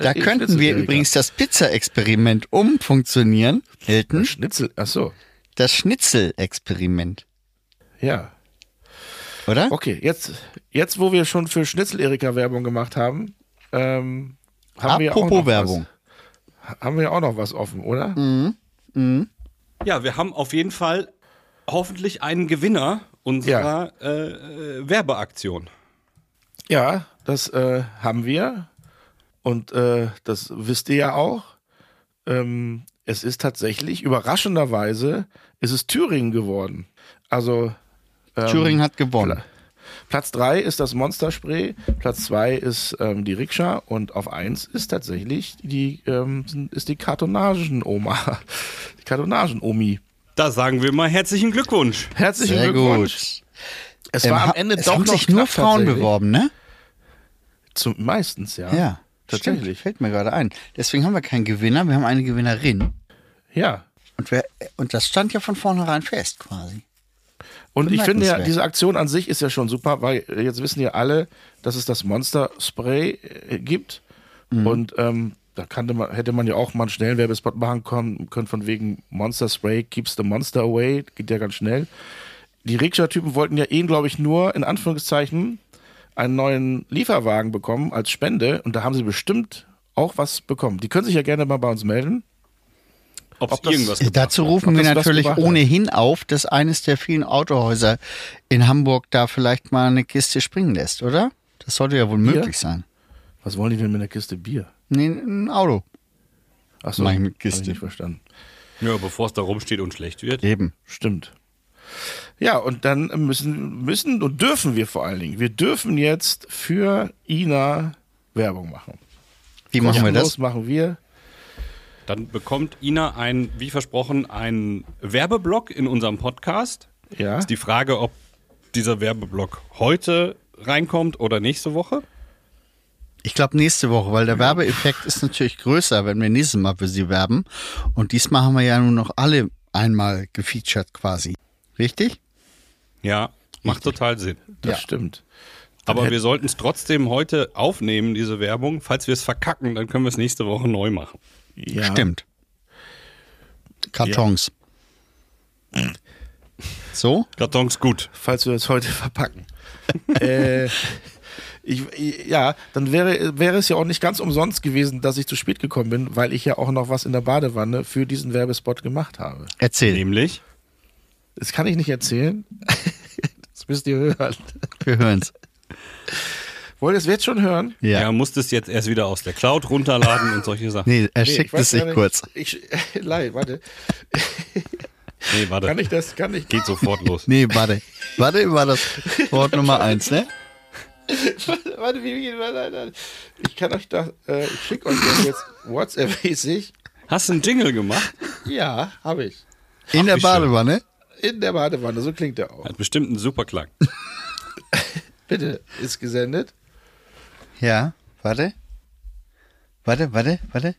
[SPEAKER 3] Da
[SPEAKER 2] Ich
[SPEAKER 3] könnten
[SPEAKER 2] schnitzel
[SPEAKER 3] wir
[SPEAKER 2] dir,
[SPEAKER 3] übrigens das Pizza-Experiment umfunktionieren, Hilton.
[SPEAKER 2] Schnitzel, ach so.
[SPEAKER 3] Das Schnitzel-Experiment,
[SPEAKER 2] Ja.
[SPEAKER 3] oder?
[SPEAKER 2] Okay, jetzt, jetzt wo wir schon für Schnitzel Erika Werbung gemacht haben, ähm, haben wir auch
[SPEAKER 3] Apropos
[SPEAKER 2] noch
[SPEAKER 3] Werbung. Mhm.
[SPEAKER 2] Was, haben wir auch noch was offen, oder?
[SPEAKER 4] ja, wir haben auf jeden Fall hoffentlich einen Gewinner unserer äh, äh, Werbeaktion.
[SPEAKER 2] Ja, das äh, haben wir und äh, das wisst ihr ja auch. Ähm, es ist tatsächlich überraschenderweise ist es Thüringen geworden. Also ähm,
[SPEAKER 3] Thüringen hat gewonnen.
[SPEAKER 2] Platz 3 ist das Monsterspray, Platz 2 ist ähm, die Rikscha und auf 1 ist tatsächlich die, ähm, sind- ist die Kartonagen-Oma. Die Kartonagen-Omi.
[SPEAKER 4] Da sagen wir mal herzlichen Glückwunsch.
[SPEAKER 2] Herzlichen
[SPEAKER 3] Sehr
[SPEAKER 2] Glückwunsch.
[SPEAKER 3] gut.
[SPEAKER 2] Es
[SPEAKER 3] Ähm,
[SPEAKER 2] war am
[SPEAKER 3] ha-
[SPEAKER 2] Ende
[SPEAKER 3] es
[SPEAKER 2] doch
[SPEAKER 3] haben
[SPEAKER 2] noch
[SPEAKER 3] sich nur
[SPEAKER 2] knapp
[SPEAKER 3] Frauen
[SPEAKER 2] tatsächlich.
[SPEAKER 3] beworben, ne?
[SPEAKER 2] Zum, meistens, ja.
[SPEAKER 3] Ja, Stimmt,
[SPEAKER 2] tatsächlich.
[SPEAKER 3] fällt mir gerade ein. Deswegen haben wir keinen Gewinner, wir haben eine Gewinnerin.
[SPEAKER 2] Ja.
[SPEAKER 3] Und, wer, und das stand ja von vornherein fest quasi.
[SPEAKER 2] Und ich finde ja,
[SPEAKER 3] Bemerkenswert.
[SPEAKER 2] diese Aktion an sich ist ja schon super, weil äh, jetzt wissen ja alle, dass es das Monster-Spray äh, gibt. Und ähm, da kannte man, hätte man ja auch mal einen schnellen Werbespot machen können, können von wegen Monster-Spray keeps the monster away. Geht ja ganz schnell. Die Rikscha-Typen wollten ja ihn, glaube ich, nur in Anführungszeichen einen neuen Lieferwagen bekommen als Spende. Und da haben sie bestimmt auch was bekommen. Die können sich ja gerne mal bei uns melden.
[SPEAKER 4] Ob
[SPEAKER 2] Ob das-
[SPEAKER 4] irgendwas
[SPEAKER 3] Äh, Dazu rufen
[SPEAKER 2] Ob
[SPEAKER 3] wir
[SPEAKER 2] das was
[SPEAKER 3] natürlich
[SPEAKER 2] gebracht hat.
[SPEAKER 3] ohnehin auf, dass eines der vielen Autohäuser in Hamburg da vielleicht mal eine Kiste springen lässt, oder? Das sollte ja wohl möglich sein.
[SPEAKER 2] Was wollen die denn mit einer Kiste Bier?
[SPEAKER 3] Nee, ein Auto.
[SPEAKER 2] Achso,
[SPEAKER 3] Mach ich mit
[SPEAKER 2] hab ich
[SPEAKER 3] Kiste.
[SPEAKER 2] nicht verstanden.
[SPEAKER 4] Ja, bevor es da rumsteht und schlecht wird.
[SPEAKER 3] Eben.
[SPEAKER 2] Stimmt. Ja, und dann müssen, müssen und dürfen wir vor allen Dingen. Wir dürfen jetzt für Ina Werbung machen.
[SPEAKER 3] Wie machen wir
[SPEAKER 2] Kostenlos
[SPEAKER 3] das?
[SPEAKER 2] machen wir.
[SPEAKER 4] Dann bekommt Ina ein, wie versprochen, einen Werbeblock in unserem Podcast.
[SPEAKER 2] Ja.
[SPEAKER 4] Ist die Frage, ob dieser Werbeblock heute reinkommt oder nächste Woche.
[SPEAKER 3] Ich glaube nächste Woche, weil der Werbeeffekt ist natürlich größer, wenn wir nächstes Mal für sie werben. Und diesmal haben wir ja nur noch alle einmal gefeatured quasi. Richtig?
[SPEAKER 4] Ja, macht total Sinn.
[SPEAKER 2] Das
[SPEAKER 3] Ja.
[SPEAKER 2] stimmt.
[SPEAKER 4] Aber
[SPEAKER 2] hätt-
[SPEAKER 4] wir sollten es trotzdem heute aufnehmen, diese Werbung. Falls wir es verkacken, dann können wir es nächste Woche neu machen.
[SPEAKER 2] Ja.
[SPEAKER 3] Stimmt. Kartons. So?
[SPEAKER 4] Kartons gut.
[SPEAKER 2] Falls wir das heute verpacken. äh, ich, ja, dann wäre, wäre es ja auch nicht ganz umsonst gewesen, dass ich zu spät gekommen bin, weil ich ja auch noch was in der Badewanne für diesen Werbespot gemacht habe.
[SPEAKER 3] Erzähl.
[SPEAKER 4] Nämlich.
[SPEAKER 2] Das kann ich nicht erzählen. das müsst ihr hören.
[SPEAKER 3] Wir hören's.
[SPEAKER 2] Wollt ihr es jetzt schon hören?
[SPEAKER 4] Ja.
[SPEAKER 3] Ja.
[SPEAKER 4] Er musste es jetzt erst wieder aus der Cloud runterladen und solche Sachen.
[SPEAKER 3] Nee, er
[SPEAKER 2] Nee,
[SPEAKER 3] schickt
[SPEAKER 2] ich weiß
[SPEAKER 3] es sich
[SPEAKER 2] gar nicht.
[SPEAKER 3] kurz.
[SPEAKER 2] Ich, leid, warte.
[SPEAKER 4] Nee, warte.
[SPEAKER 2] Kann ich das? Kann ich?
[SPEAKER 4] Geht sofort los.
[SPEAKER 3] Nee, warte. Warte war das Wort Nummer eins, ne?
[SPEAKER 2] Warte, wie, wie, nein, nein, nein. Ich kann euch das, äh, ich schicke euch das jetzt WhatsApp-mäßig.
[SPEAKER 4] Hast du einen Jingle gemacht?
[SPEAKER 2] Ja, habe ich.
[SPEAKER 3] In der
[SPEAKER 4] wie schön.
[SPEAKER 3] Badewanne.
[SPEAKER 2] In der Badewanne, so klingt der auch.
[SPEAKER 4] Hat bestimmt einen super Klang.
[SPEAKER 2] Bitte, ist gesendet.
[SPEAKER 3] Ja, warte. Warte, warte, warte.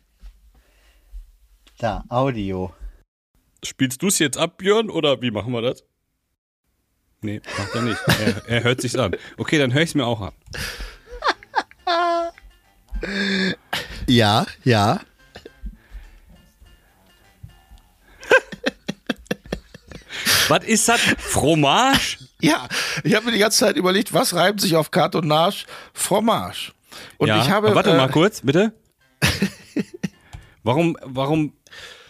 [SPEAKER 3] Da, Audio.
[SPEAKER 4] Spielst du es jetzt ab, Björn, oder wie machen wir das? Nee, macht er nicht. Er, er hört sich's an. Okay, dann höre ich's mir auch an.
[SPEAKER 3] Ja, ja.
[SPEAKER 4] Was ist das? Fromage?
[SPEAKER 2] Ja, ich habe mir die ganze Zeit überlegt, was reimt sich auf Kartonage? Fromage. Und
[SPEAKER 4] ja.
[SPEAKER 2] ich habe.
[SPEAKER 4] aber Warte
[SPEAKER 2] äh,
[SPEAKER 4] mal kurz, bitte. Warum, warum?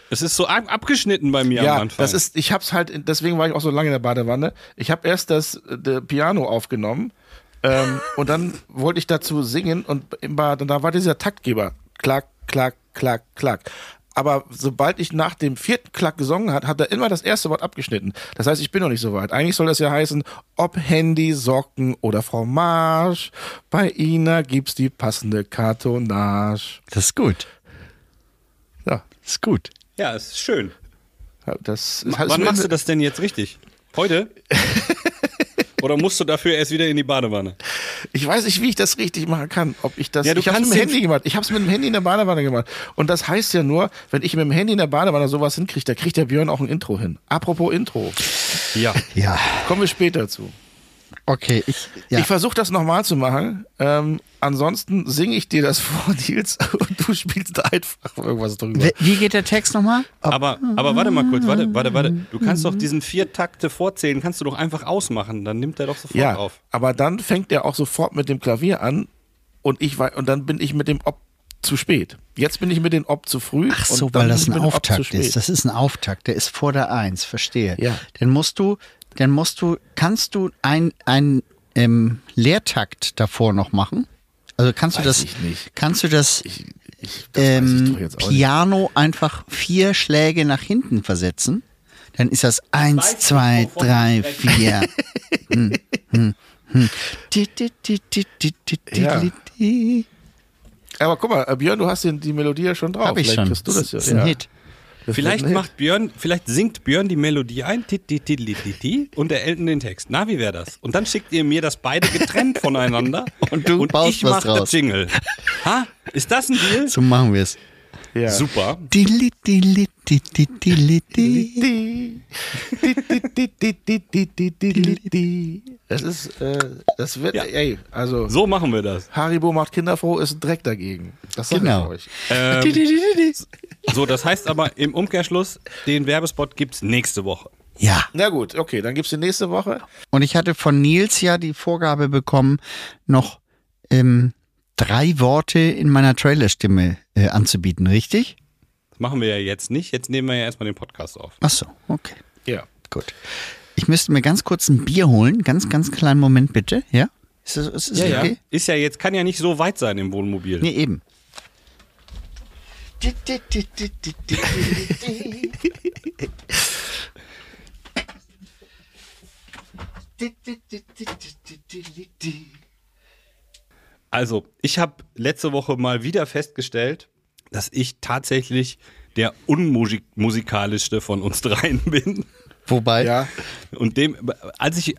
[SPEAKER 4] Es ist so ab- abgeschnitten bei mir
[SPEAKER 2] Ja,
[SPEAKER 4] am Anfang.
[SPEAKER 2] das ist, ich hab's halt, in- deswegen war ich auch so lange in der Badewanne. Ich habe erst das äh, de Piano aufgenommen ähm, und dann wollte ich dazu singen und im Bad, und da war dieser Taktgeber. Klack, klack, klack, klack. Aber sobald ich nach dem vierten Klack gesungen hat, hat er immer das erste Wort abgeschnitten. Das heißt, ich bin noch nicht so weit. Eigentlich soll das ja heißen, ob Handy, Socken oder Fromage. Bei Ina gibt's die passende Kartonage.
[SPEAKER 3] Das ist gut.
[SPEAKER 2] Ja,
[SPEAKER 3] Das ist gut.
[SPEAKER 4] ja, es ist schön.
[SPEAKER 2] das ist halt
[SPEAKER 4] Wann
[SPEAKER 2] mir-
[SPEAKER 4] machst du das denn jetzt richtig? Heute? Oder musst du dafür erst wieder in die Badewanne?
[SPEAKER 2] Ich weiß nicht, wie ich das richtig machen kann. Ob ich das.
[SPEAKER 4] Ja, du
[SPEAKER 2] ich hab's mit
[SPEAKER 4] kannst
[SPEAKER 2] dem
[SPEAKER 4] den-
[SPEAKER 2] Handy gemacht. Ich hab's mit dem Handy in der Badewanne gemacht. Und das heißt ja nur, wenn ich mit dem Handy in der Badewanne sowas hinkriege, da kriegt der Björn auch ein Intro hin. Apropos Intro.
[SPEAKER 4] Ja.
[SPEAKER 3] Ja.
[SPEAKER 2] Kommen wir später zu.
[SPEAKER 3] Okay, ich, ja.
[SPEAKER 2] Ich versuche das nochmal zu machen. Ähm, ansonsten singe ich dir das vor, Nils, und du spielst da einfach irgendwas drüber.
[SPEAKER 3] Wie- Wie geht der Text nochmal?
[SPEAKER 4] Aber, aber warte mal kurz, warte, warte, warte. Du kannst doch diesen vier Takte vorzählen, kannst du doch einfach ausmachen, dann nimmt er doch sofort
[SPEAKER 2] ja,
[SPEAKER 4] auf.
[SPEAKER 2] aber dann fängt er auch sofort mit dem Klavier an und ich wei- und dann bin ich mit dem Ob zu spät. Jetzt bin ich mit dem Ob zu früh.
[SPEAKER 3] Ach so,
[SPEAKER 2] und dann
[SPEAKER 3] weil
[SPEAKER 2] bin
[SPEAKER 3] das
[SPEAKER 2] ich
[SPEAKER 3] ein
[SPEAKER 2] mit dem Ob zu
[SPEAKER 3] Auftakt
[SPEAKER 2] spät.
[SPEAKER 3] ist. Das ist ein Auftakt, der ist vor der Eins, verstehe.
[SPEAKER 2] Ja.
[SPEAKER 3] Dann musst du, dann musst du, kannst du ein, ein ähm, Leertakt davor noch machen? Also kannst
[SPEAKER 2] Weiß
[SPEAKER 3] du das,
[SPEAKER 2] ich nicht.
[SPEAKER 3] kannst du das,
[SPEAKER 2] Ich, ich, das weiß ich
[SPEAKER 3] ähm,
[SPEAKER 2] doch jetzt auch nicht.
[SPEAKER 3] Piano einfach vier Schläge nach hinten versetzen? Dann ist das
[SPEAKER 4] weiß
[SPEAKER 3] eins,
[SPEAKER 4] nicht,
[SPEAKER 3] zwei,
[SPEAKER 4] wovon
[SPEAKER 3] drei,
[SPEAKER 4] ich spreche.
[SPEAKER 3] vier. Hm, hm, hm. Di, di, di, di, di, di, di,
[SPEAKER 2] Ja.
[SPEAKER 3] di, di.
[SPEAKER 2] Aber guck mal, äh, Björn, du hast den, die Melodie ja schon drauf.
[SPEAKER 3] Hab ich
[SPEAKER 2] Oh, Vielleicht
[SPEAKER 3] schon.
[SPEAKER 2] kriegst du das ja.
[SPEAKER 3] ist ein
[SPEAKER 2] ja.
[SPEAKER 3] Hit.
[SPEAKER 2] Das wird
[SPEAKER 4] Vielleicht
[SPEAKER 2] ein Hit.
[SPEAKER 4] macht Björn, vielleicht singt Björn die Melodie ein, tit, tit, tit, tit, tit, tit, und der Elton den Text. Na, wie wäre das? Und dann schickt ihr mir das beide getrennt voneinander
[SPEAKER 3] Und du
[SPEAKER 4] und
[SPEAKER 3] baust
[SPEAKER 4] ich
[SPEAKER 3] was
[SPEAKER 4] mach
[SPEAKER 3] draus.
[SPEAKER 4] das Jingle. Ha? Ist das ein Deal?
[SPEAKER 3] So machen wir es.
[SPEAKER 2] ja.
[SPEAKER 4] Super.
[SPEAKER 3] Dilli, dilli, di, di, dilli, di.
[SPEAKER 2] Das ist, äh, das wird,
[SPEAKER 4] Ja.
[SPEAKER 2] ey, also
[SPEAKER 4] So machen wir das.
[SPEAKER 2] Haribo macht Kinder froh, ist ein Dreck dagegen. Das sag
[SPEAKER 3] Genau.
[SPEAKER 2] ich euch.
[SPEAKER 3] Di,
[SPEAKER 4] Ähm,
[SPEAKER 3] di, di, di.
[SPEAKER 4] so, das heißt aber im Umkehrschluss, den Werbespot gibt's nächste Woche.
[SPEAKER 3] Ja,
[SPEAKER 2] Na gut, okay, dann gibt's die nächste Woche.
[SPEAKER 3] und ich hatte von Nils ja die Vorgabe bekommen, noch ähm, drei Worte in meiner Trailerstimme äh, anzubieten, richtig?
[SPEAKER 4] Das machen wir ja jetzt nicht. Jetzt nehmen wir ja erstmal den Podcast auf.
[SPEAKER 3] Ach so, okay,
[SPEAKER 2] Ja.
[SPEAKER 3] gut. Ich müsste mir ganz kurz ein Bier holen, ganz, ganz kleinen Moment bitte, ja? Ist das, ist das
[SPEAKER 4] Ja,
[SPEAKER 3] okay?
[SPEAKER 4] ja. Ist ja jetzt, kann ja nicht so weit sein im Wohnmobil.
[SPEAKER 3] Nee, eben.
[SPEAKER 4] Also, ich habe letzte Woche mal wieder festgestellt, dass ich tatsächlich der unmusikalischste von uns dreien bin.
[SPEAKER 3] Wobei,
[SPEAKER 2] Ja.
[SPEAKER 4] Und dem, als ich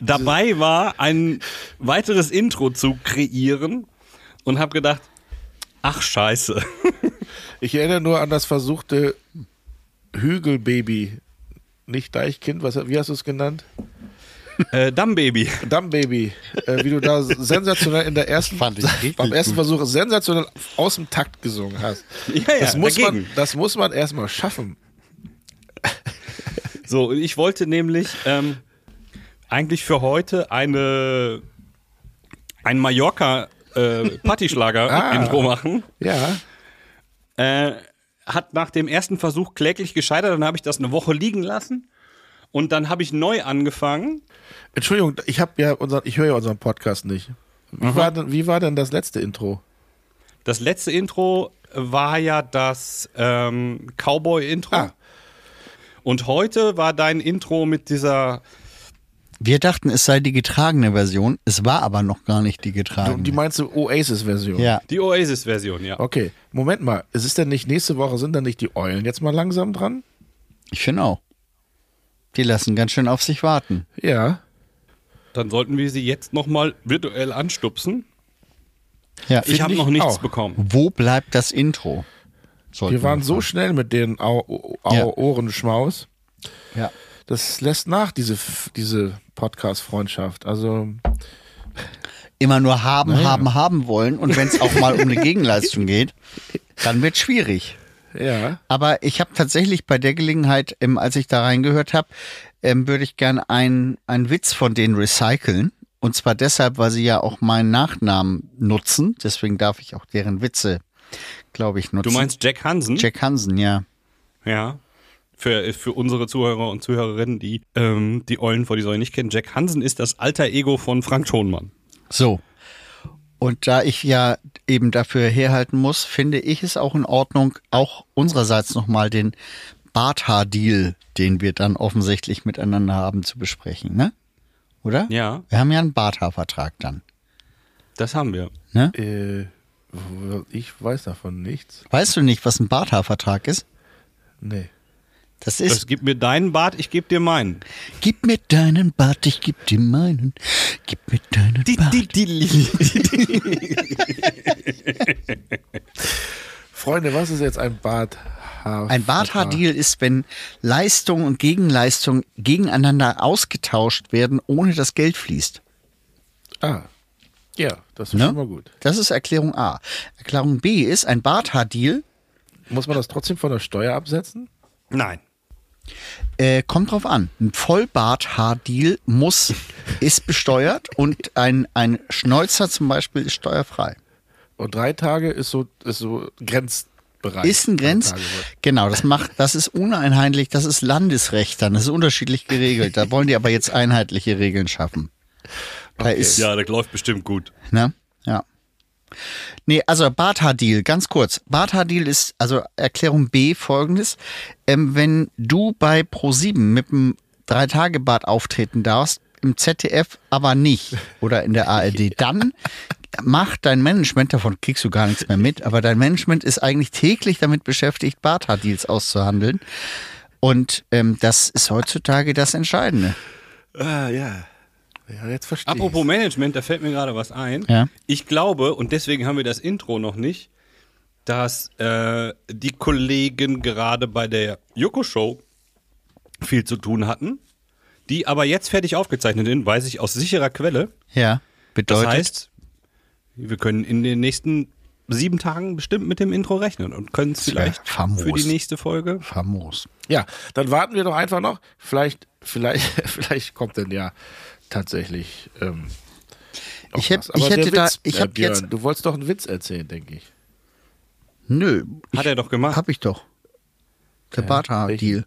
[SPEAKER 4] dabei war, ein weiteres Intro zu kreieren und habe gedacht, ach scheiße.
[SPEAKER 2] Ich erinnere nur an das versuchte Hügelbaby. Nicht Deichkind, was, wie hast du es genannt?
[SPEAKER 4] Äh, Dammbaby.
[SPEAKER 2] Dammbaby. Äh, wie du da sensationell in der ersten,
[SPEAKER 3] Fand ich richtig
[SPEAKER 2] beim ersten Versuch sensationell aus dem Takt gesungen hast.
[SPEAKER 4] Ja, ja,
[SPEAKER 2] das, muss man,
[SPEAKER 4] dagegen.
[SPEAKER 2] das muss man erstmal schaffen.
[SPEAKER 4] So, und ich wollte nämlich ähm, eigentlich für heute eine ein Mallorca äh, Partyschlager
[SPEAKER 2] Ah.
[SPEAKER 4] Intro machen.
[SPEAKER 2] Ja.
[SPEAKER 4] Äh, hat nach dem ersten Versuch kläglich gescheitert, dann habe ich das eine Woche liegen lassen und dann habe ich neu angefangen.
[SPEAKER 2] Entschuldigung, ich habe ja unseren, ich höre ja unseren Podcast nicht.
[SPEAKER 3] Mhm.
[SPEAKER 2] Wie war, denn, wie war denn das letzte Intro?
[SPEAKER 4] Das letzte Intro war ja das ähm, Cowboy-Intro.
[SPEAKER 2] Ah.
[SPEAKER 4] Und heute war dein Intro mit dieser.
[SPEAKER 3] wir dachten, es sei die getragene Version, es war aber noch gar nicht die
[SPEAKER 2] Du,
[SPEAKER 3] getragene.
[SPEAKER 2] die meinst du Oasis-Version?
[SPEAKER 3] ja.
[SPEAKER 4] Die Oasis-Version, ja.
[SPEAKER 2] Okay, Moment mal, es ist denn nicht nächste Woche, sind dann nicht die Eulen jetzt mal langsam dran?
[SPEAKER 3] Ich finde auch. Die lassen ganz schön auf sich warten.
[SPEAKER 2] Ja.
[SPEAKER 4] Dann sollten wir sie jetzt nochmal virtuell anstupsen.
[SPEAKER 3] Ja.
[SPEAKER 4] ich habe
[SPEAKER 2] ich
[SPEAKER 4] noch nichts
[SPEAKER 2] auch.
[SPEAKER 4] bekommen.
[SPEAKER 3] Wo bleibt das Intro? Sollten
[SPEAKER 2] Wir waren
[SPEAKER 3] noch
[SPEAKER 2] so
[SPEAKER 3] fragen.
[SPEAKER 2] schnell mit den Au Au Au
[SPEAKER 3] Ja.
[SPEAKER 2] Ohrenschmaus.
[SPEAKER 3] Ja.
[SPEAKER 2] Das lässt nach, diese, F- diese Podcast-Freundschaft. Also,
[SPEAKER 3] Immer nur haben, haben, haben wollen. Und wenn es auch mal um eine Gegenleistung geht, dann wird schwierig.
[SPEAKER 2] ja.
[SPEAKER 3] Aber ich habe tatsächlich bei der Gelegenheit, ähm, als ich da reingehört habe, ähm, würde ich gern einen einen Witz von denen recyceln. Und zwar deshalb, weil sie ja auch meinen Nachnamen nutzen. Deswegen darf ich auch deren Witze, glaube ich, nutzen.
[SPEAKER 4] Du meinst Jack Hansen?
[SPEAKER 3] Jack Hansen, ja.
[SPEAKER 4] Ja. Für, für unsere Zuhörer und Zuhörerinnen, die ähm, die Eulen vor die Säule nicht kennen. Jack Hansen ist das alter Ego von Frank Schonmann.
[SPEAKER 3] So. Und da ich ja eben dafür herhalten muss, finde ich es auch in Ordnung, auch unsererseits nochmal den Barthaar-Deal, den wir dann offensichtlich miteinander haben, zu besprechen, ne? Oder?
[SPEAKER 4] Ja,
[SPEAKER 3] Wir haben ja einen Barthaar-Vertrag dann,
[SPEAKER 4] das haben wir.
[SPEAKER 3] ne?
[SPEAKER 2] Äh, ich weiß davon nichts.
[SPEAKER 3] Weißt du nicht, was ein Barthaar-Vertrag ist?
[SPEAKER 2] Nee.
[SPEAKER 3] Das
[SPEAKER 4] Das
[SPEAKER 3] ist,
[SPEAKER 4] gib mir deinen Bart, ich geb dir meinen.
[SPEAKER 3] gib mir deinen Bart, ich geb dir meinen. Gib mir deinen Bart.
[SPEAKER 2] Freunde, was ist jetzt ein Bart?
[SPEAKER 3] Ein Barthaar-Deal ist, wenn Leistung und Gegenleistung gegeneinander ausgetauscht werden, ohne dass Geld fließt.
[SPEAKER 2] Ah. Ja, das ist
[SPEAKER 3] Ne?
[SPEAKER 2] schon mal gut.
[SPEAKER 3] Das ist Erklärung A. Erklärung B ist, ein Barthaar-Deal
[SPEAKER 2] Muss man das trotzdem von der Steuer absetzen?
[SPEAKER 4] Nein.
[SPEAKER 3] äh, kommt drauf an. Ein Vollbarthaar-Deal muss, ist besteuert und ein, ein Schnäuzer zum Beispiel ist steuerfrei.
[SPEAKER 2] Und drei Tage ist so, ist so Grenzbereich.
[SPEAKER 3] Ist ein Grenz.
[SPEAKER 2] Drei Tage.
[SPEAKER 3] Genau, das macht, das ist uneinheitlich, das ist Landesrecht dann, das ist unterschiedlich geregelt. Da wollen die aber jetzt einheitliche Regeln schaffen. Da ist,
[SPEAKER 4] Ja, das läuft bestimmt gut.
[SPEAKER 3] ne? Ja. Nee, also Barthaar-Deal, ganz kurz. Barthaar-Deal ist, also Erklärung B folgendes. Ähm, wenn du bei Pro7 mit einem Drei-Tage-Bart auftreten darfst, im ZDF aber nicht oder in der ARD, dann macht dein Management, davon kriegst du gar nichts mehr mit, aber dein Management ist eigentlich täglich damit beschäftigt, Barthaar-Deals auszuhandeln. Und ähm, das ist heutzutage das Entscheidende.
[SPEAKER 4] Ah, ja.
[SPEAKER 2] Ja, jetzt verstehe
[SPEAKER 4] Apropos Management, da fällt mir gerade was ein.
[SPEAKER 3] Ja.
[SPEAKER 4] Ich glaube, und deswegen haben wir das Intro noch nicht, dass äh, die Kollegen gerade bei der Joko-Show viel zu tun hatten, die aber jetzt fertig aufgezeichnet sind, weiß ich aus sicherer Quelle.
[SPEAKER 3] Ja,
[SPEAKER 4] Das
[SPEAKER 3] bedeutet.
[SPEAKER 4] heißt, wir können in den nächsten sieben Tagen bestimmt mit dem Intro rechnen und können es
[SPEAKER 3] wär
[SPEAKER 4] vielleicht
[SPEAKER 3] famos.
[SPEAKER 4] für die nächste Folge.
[SPEAKER 3] famos.
[SPEAKER 2] Ja, dann warten wir doch einfach noch. Vielleicht, vielleicht, vielleicht kommt denn ja tatsächlich. Ähm, noch
[SPEAKER 3] Ich hätt-
[SPEAKER 2] was. Aber
[SPEAKER 3] ich
[SPEAKER 2] der
[SPEAKER 3] hätte da-
[SPEAKER 2] Witz,
[SPEAKER 3] ich
[SPEAKER 2] äh,
[SPEAKER 3] hab
[SPEAKER 2] Björn,
[SPEAKER 3] jetzt-
[SPEAKER 2] Du wolltest doch einen Witz erzählen, denke ich.
[SPEAKER 3] Nö.
[SPEAKER 4] Hat
[SPEAKER 3] ich-
[SPEAKER 4] er doch gemacht.
[SPEAKER 3] Hab ich doch. Der Barthaar-Deal.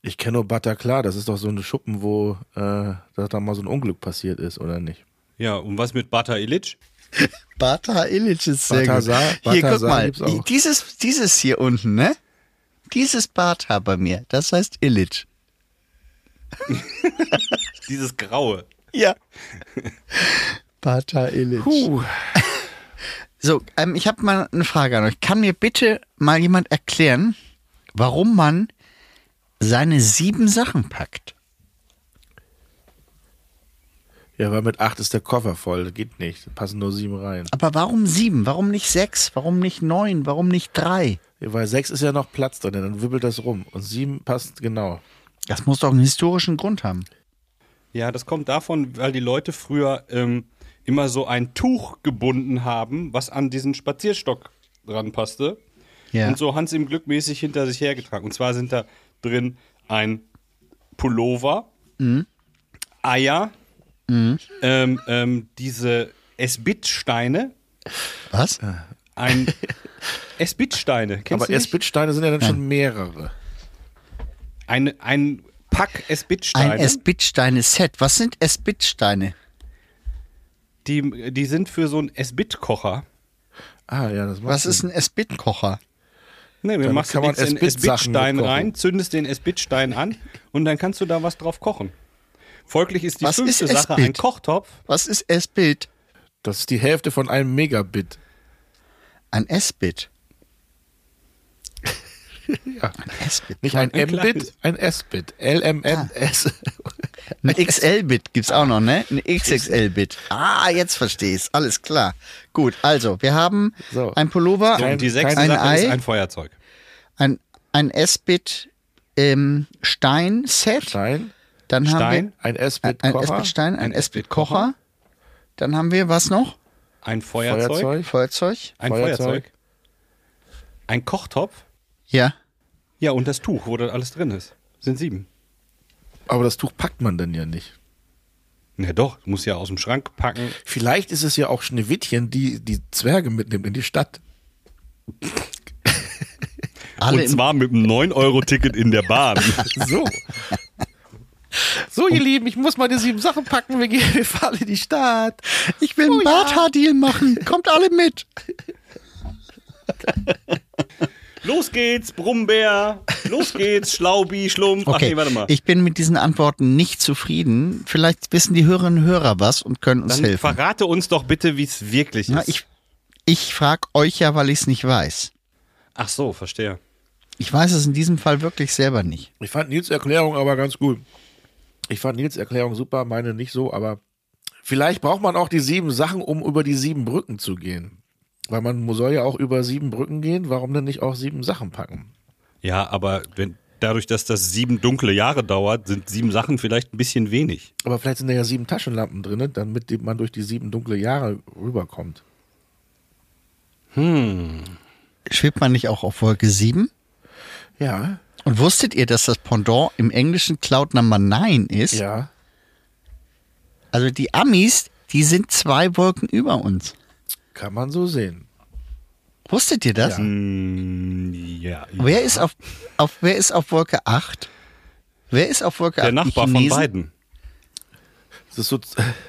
[SPEAKER 2] Ich kenne nur Butter klar. Das ist doch so eine Schuppen, wo äh, dass da mal so ein Unglück passiert ist, oder nicht?
[SPEAKER 4] Ja, und was mit Bata Illich?
[SPEAKER 3] Barthaar Illich ist sehr
[SPEAKER 2] Balthasar-
[SPEAKER 3] gut. Hier, guck
[SPEAKER 2] Balthasar
[SPEAKER 3] mal.
[SPEAKER 2] gibt's auch.
[SPEAKER 3] Dieses, dieses hier unten, ne? Dieses Barthaar bei mir, das heißt Illich.
[SPEAKER 4] Dieses Graue.
[SPEAKER 3] Ja. Barthaar Illich.
[SPEAKER 2] Puh.
[SPEAKER 3] So, ähm, ich habe mal eine Frage an euch. Kann mir bitte mal jemand erklären, warum man seine sieben Sachen packt?
[SPEAKER 2] Ja, weil mit acht ist der Koffer voll. Das geht nicht. Da passen nur sieben rein.
[SPEAKER 3] Aber warum sieben? Warum nicht sechs? Warum nicht neun? Warum nicht drei?
[SPEAKER 2] Ja, weil sechs ist ja noch Platz drin. Dann wirbelt das rum. Und sieben passt genau.
[SPEAKER 3] Das muss doch einen historischen Grund haben.
[SPEAKER 4] Ja, das kommt davon, weil die Leute früher ähm, immer so ein Tuch gebunden haben, was an diesen Spazierstock dran passte.
[SPEAKER 3] Ja.
[SPEAKER 4] Und so Hans im Glück mäßig hinter sich hergetragen. Und zwar sind da drin ein Pullover,
[SPEAKER 3] Mhm.
[SPEAKER 4] Eier, ähm, ähm, diese Esbitsteine,
[SPEAKER 2] Äh,
[SPEAKER 3] Was?
[SPEAKER 4] ein Esbitsteine, kennst
[SPEAKER 2] Aber
[SPEAKER 4] du nicht?
[SPEAKER 2] S-Bitsteine sind ja dann schon mehrere.
[SPEAKER 4] Ein, ein Pack Esbitsteine.
[SPEAKER 3] Ein S-Bit-Steine-Set. Was sind S-Bit-Steine?
[SPEAKER 4] die, die sind für so einen Esbit-Kocher.
[SPEAKER 2] Ah, ja, das macht
[SPEAKER 3] Was ist
[SPEAKER 2] Sinn.
[SPEAKER 3] ein S-Bit-Kocher?
[SPEAKER 4] Nee, wir
[SPEAKER 2] Damit
[SPEAKER 4] machst
[SPEAKER 2] kann
[SPEAKER 4] Ne, du
[SPEAKER 2] man
[SPEAKER 4] den
[SPEAKER 2] Esbit-Sachen
[SPEAKER 4] Esbitstein
[SPEAKER 2] mitkochen.
[SPEAKER 4] rein, zündest den Esbitstein an und dann kannst du da was drauf kochen. Folglich ist die
[SPEAKER 3] Was
[SPEAKER 4] fünfte
[SPEAKER 3] ist
[SPEAKER 4] Sache
[SPEAKER 3] Esbit?
[SPEAKER 4] ein Kochtopf.
[SPEAKER 3] Was ist S-Bit?
[SPEAKER 2] Das ist die Hälfte von einem Megabit.
[SPEAKER 3] Ein S-Bit.
[SPEAKER 2] Ja.
[SPEAKER 3] Ein S-Bit.
[SPEAKER 2] Nicht ein
[SPEAKER 4] Ein
[SPEAKER 2] M-Bit,
[SPEAKER 4] kleines.
[SPEAKER 2] ein S-Bit. LMNS.
[SPEAKER 3] Ein XL-Bit gibt's auch noch, ne? Ein XXL-Bit. Ah, jetzt verstehe ich's. Alles klar. Gut, also, wir haben
[SPEAKER 2] So.
[SPEAKER 3] ein Pullover,
[SPEAKER 2] So,
[SPEAKER 4] Und die sechste
[SPEAKER 3] ein
[SPEAKER 4] Sache ist
[SPEAKER 3] Ei,
[SPEAKER 4] ein Feuerzeug.
[SPEAKER 3] ein, ein S-Bit ähm, Stein-Set.
[SPEAKER 2] Stein,
[SPEAKER 3] Dann haben
[SPEAKER 4] Stein,
[SPEAKER 2] ein
[SPEAKER 3] wir ein
[SPEAKER 2] S-Bit-Koffer,
[SPEAKER 3] S-Bit-Stein, ein
[SPEAKER 4] ein
[SPEAKER 3] S-Bit-Kocher. Dann haben wir was noch?
[SPEAKER 4] ein Feuerzeug,
[SPEAKER 2] Feuerzeug,
[SPEAKER 3] Feuerzeug.
[SPEAKER 4] ein
[SPEAKER 2] Feuerzeug.
[SPEAKER 4] Feuerzeug. ein Kochtopf,
[SPEAKER 3] Ja.
[SPEAKER 4] ja und das Tuch, wo das alles drin ist. Sind sieben.
[SPEAKER 2] aber das Tuch packt man dann ja nicht.
[SPEAKER 4] Na doch, muss ja aus dem Schrank packen.
[SPEAKER 2] Vielleicht ist es ja auch Schneewittchen, die die Zwerge mitnimmt in die Stadt.
[SPEAKER 3] Alle
[SPEAKER 4] und
[SPEAKER 3] im
[SPEAKER 4] zwar mit einem 9-Euro-Ticket in der Bahn.
[SPEAKER 2] So. So, ihr Lieben, ich muss meine sieben Sachen packen. Wir, gehen, wir fahren in die Stadt.
[SPEAKER 3] Ich will
[SPEAKER 2] Oh
[SPEAKER 3] einen Barthaar-Deal machen. Kommt alle mit.
[SPEAKER 4] Los geht's, Brummbär. Los geht's, Schlaubi, Schlumpf. Ach
[SPEAKER 3] Okay,
[SPEAKER 4] nee, warte mal.
[SPEAKER 3] ich bin mit diesen Antworten nicht zufrieden. Vielleicht wissen die Hörerinnen und Hörer was und können uns
[SPEAKER 4] Dann
[SPEAKER 3] helfen.
[SPEAKER 4] verrate uns doch bitte, wie es wirklich
[SPEAKER 3] Na,
[SPEAKER 4] ist.
[SPEAKER 3] ich ich frage euch ja, weil ich es nicht weiß.
[SPEAKER 4] Ach so, verstehe.
[SPEAKER 3] Ich weiß es in diesem Fall wirklich selber nicht.
[SPEAKER 2] Ich fand Nils Erklärung aber ganz gut. Ich fand Nils Erklärung super, meine nicht so, aber vielleicht braucht man auch die sieben Sachen, um über die sieben Brücken zu gehen. Weil man soll ja auch über sieben Brücken gehen, warum denn nicht auch sieben Sachen packen?
[SPEAKER 4] Ja, aber wenn, dadurch, dass das sieben dunkle Jahre dauert, sind sieben Sachen vielleicht ein bisschen wenig.
[SPEAKER 2] Aber vielleicht sind da ja sieben Taschenlampen drin, damit die- man durch die sieben dunkle Jahre rüberkommt.
[SPEAKER 3] Schwebt man nicht auch auf Wolke 7?
[SPEAKER 2] Ja,
[SPEAKER 3] Und wusstet ihr, dass das Pendant im Englischen Cloud Number 9 ist?
[SPEAKER 2] ja.
[SPEAKER 3] Also die Amis, die sind zwei Wolken über uns.
[SPEAKER 2] Kann man so sehen.
[SPEAKER 3] Wusstet ihr das?
[SPEAKER 2] Ja.
[SPEAKER 4] Mm, ja.
[SPEAKER 3] Wer, ist auf, auf, wer ist auf Wolke 8? Wer ist auf Wolke 8?
[SPEAKER 4] Der
[SPEAKER 3] Die
[SPEAKER 4] Nachbar von
[SPEAKER 3] Chinesen?
[SPEAKER 4] beiden.
[SPEAKER 2] Es ist so,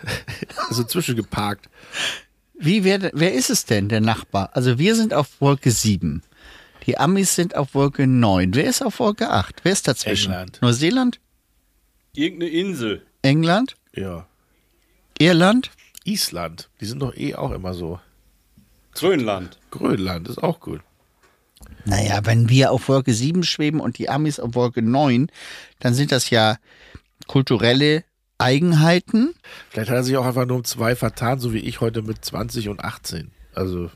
[SPEAKER 2] so zwischengeparkt.
[SPEAKER 3] Wie, wer, wer ist es denn, der Nachbar? Also wir sind auf Wolke 7. Die Amis sind auf Wolke 9. Wer ist auf Wolke 8? Wer ist dazwischen?
[SPEAKER 2] England.
[SPEAKER 3] Neuseeland?
[SPEAKER 4] Irgendeine Insel.
[SPEAKER 3] England?
[SPEAKER 2] Ja.
[SPEAKER 3] Irland?
[SPEAKER 2] Island, die sind doch eh auch immer so.
[SPEAKER 4] Grönland.
[SPEAKER 2] Grönland ist auch gut.
[SPEAKER 3] Naja, wenn wir auf Wolke 7 schweben und die Amis auf Wolke 9, dann sind das ja kulturelle Eigenheiten.
[SPEAKER 2] Vielleicht hat er sich auch einfach nur um zwei vertan, so wie ich heute mit 20 und 18. Also,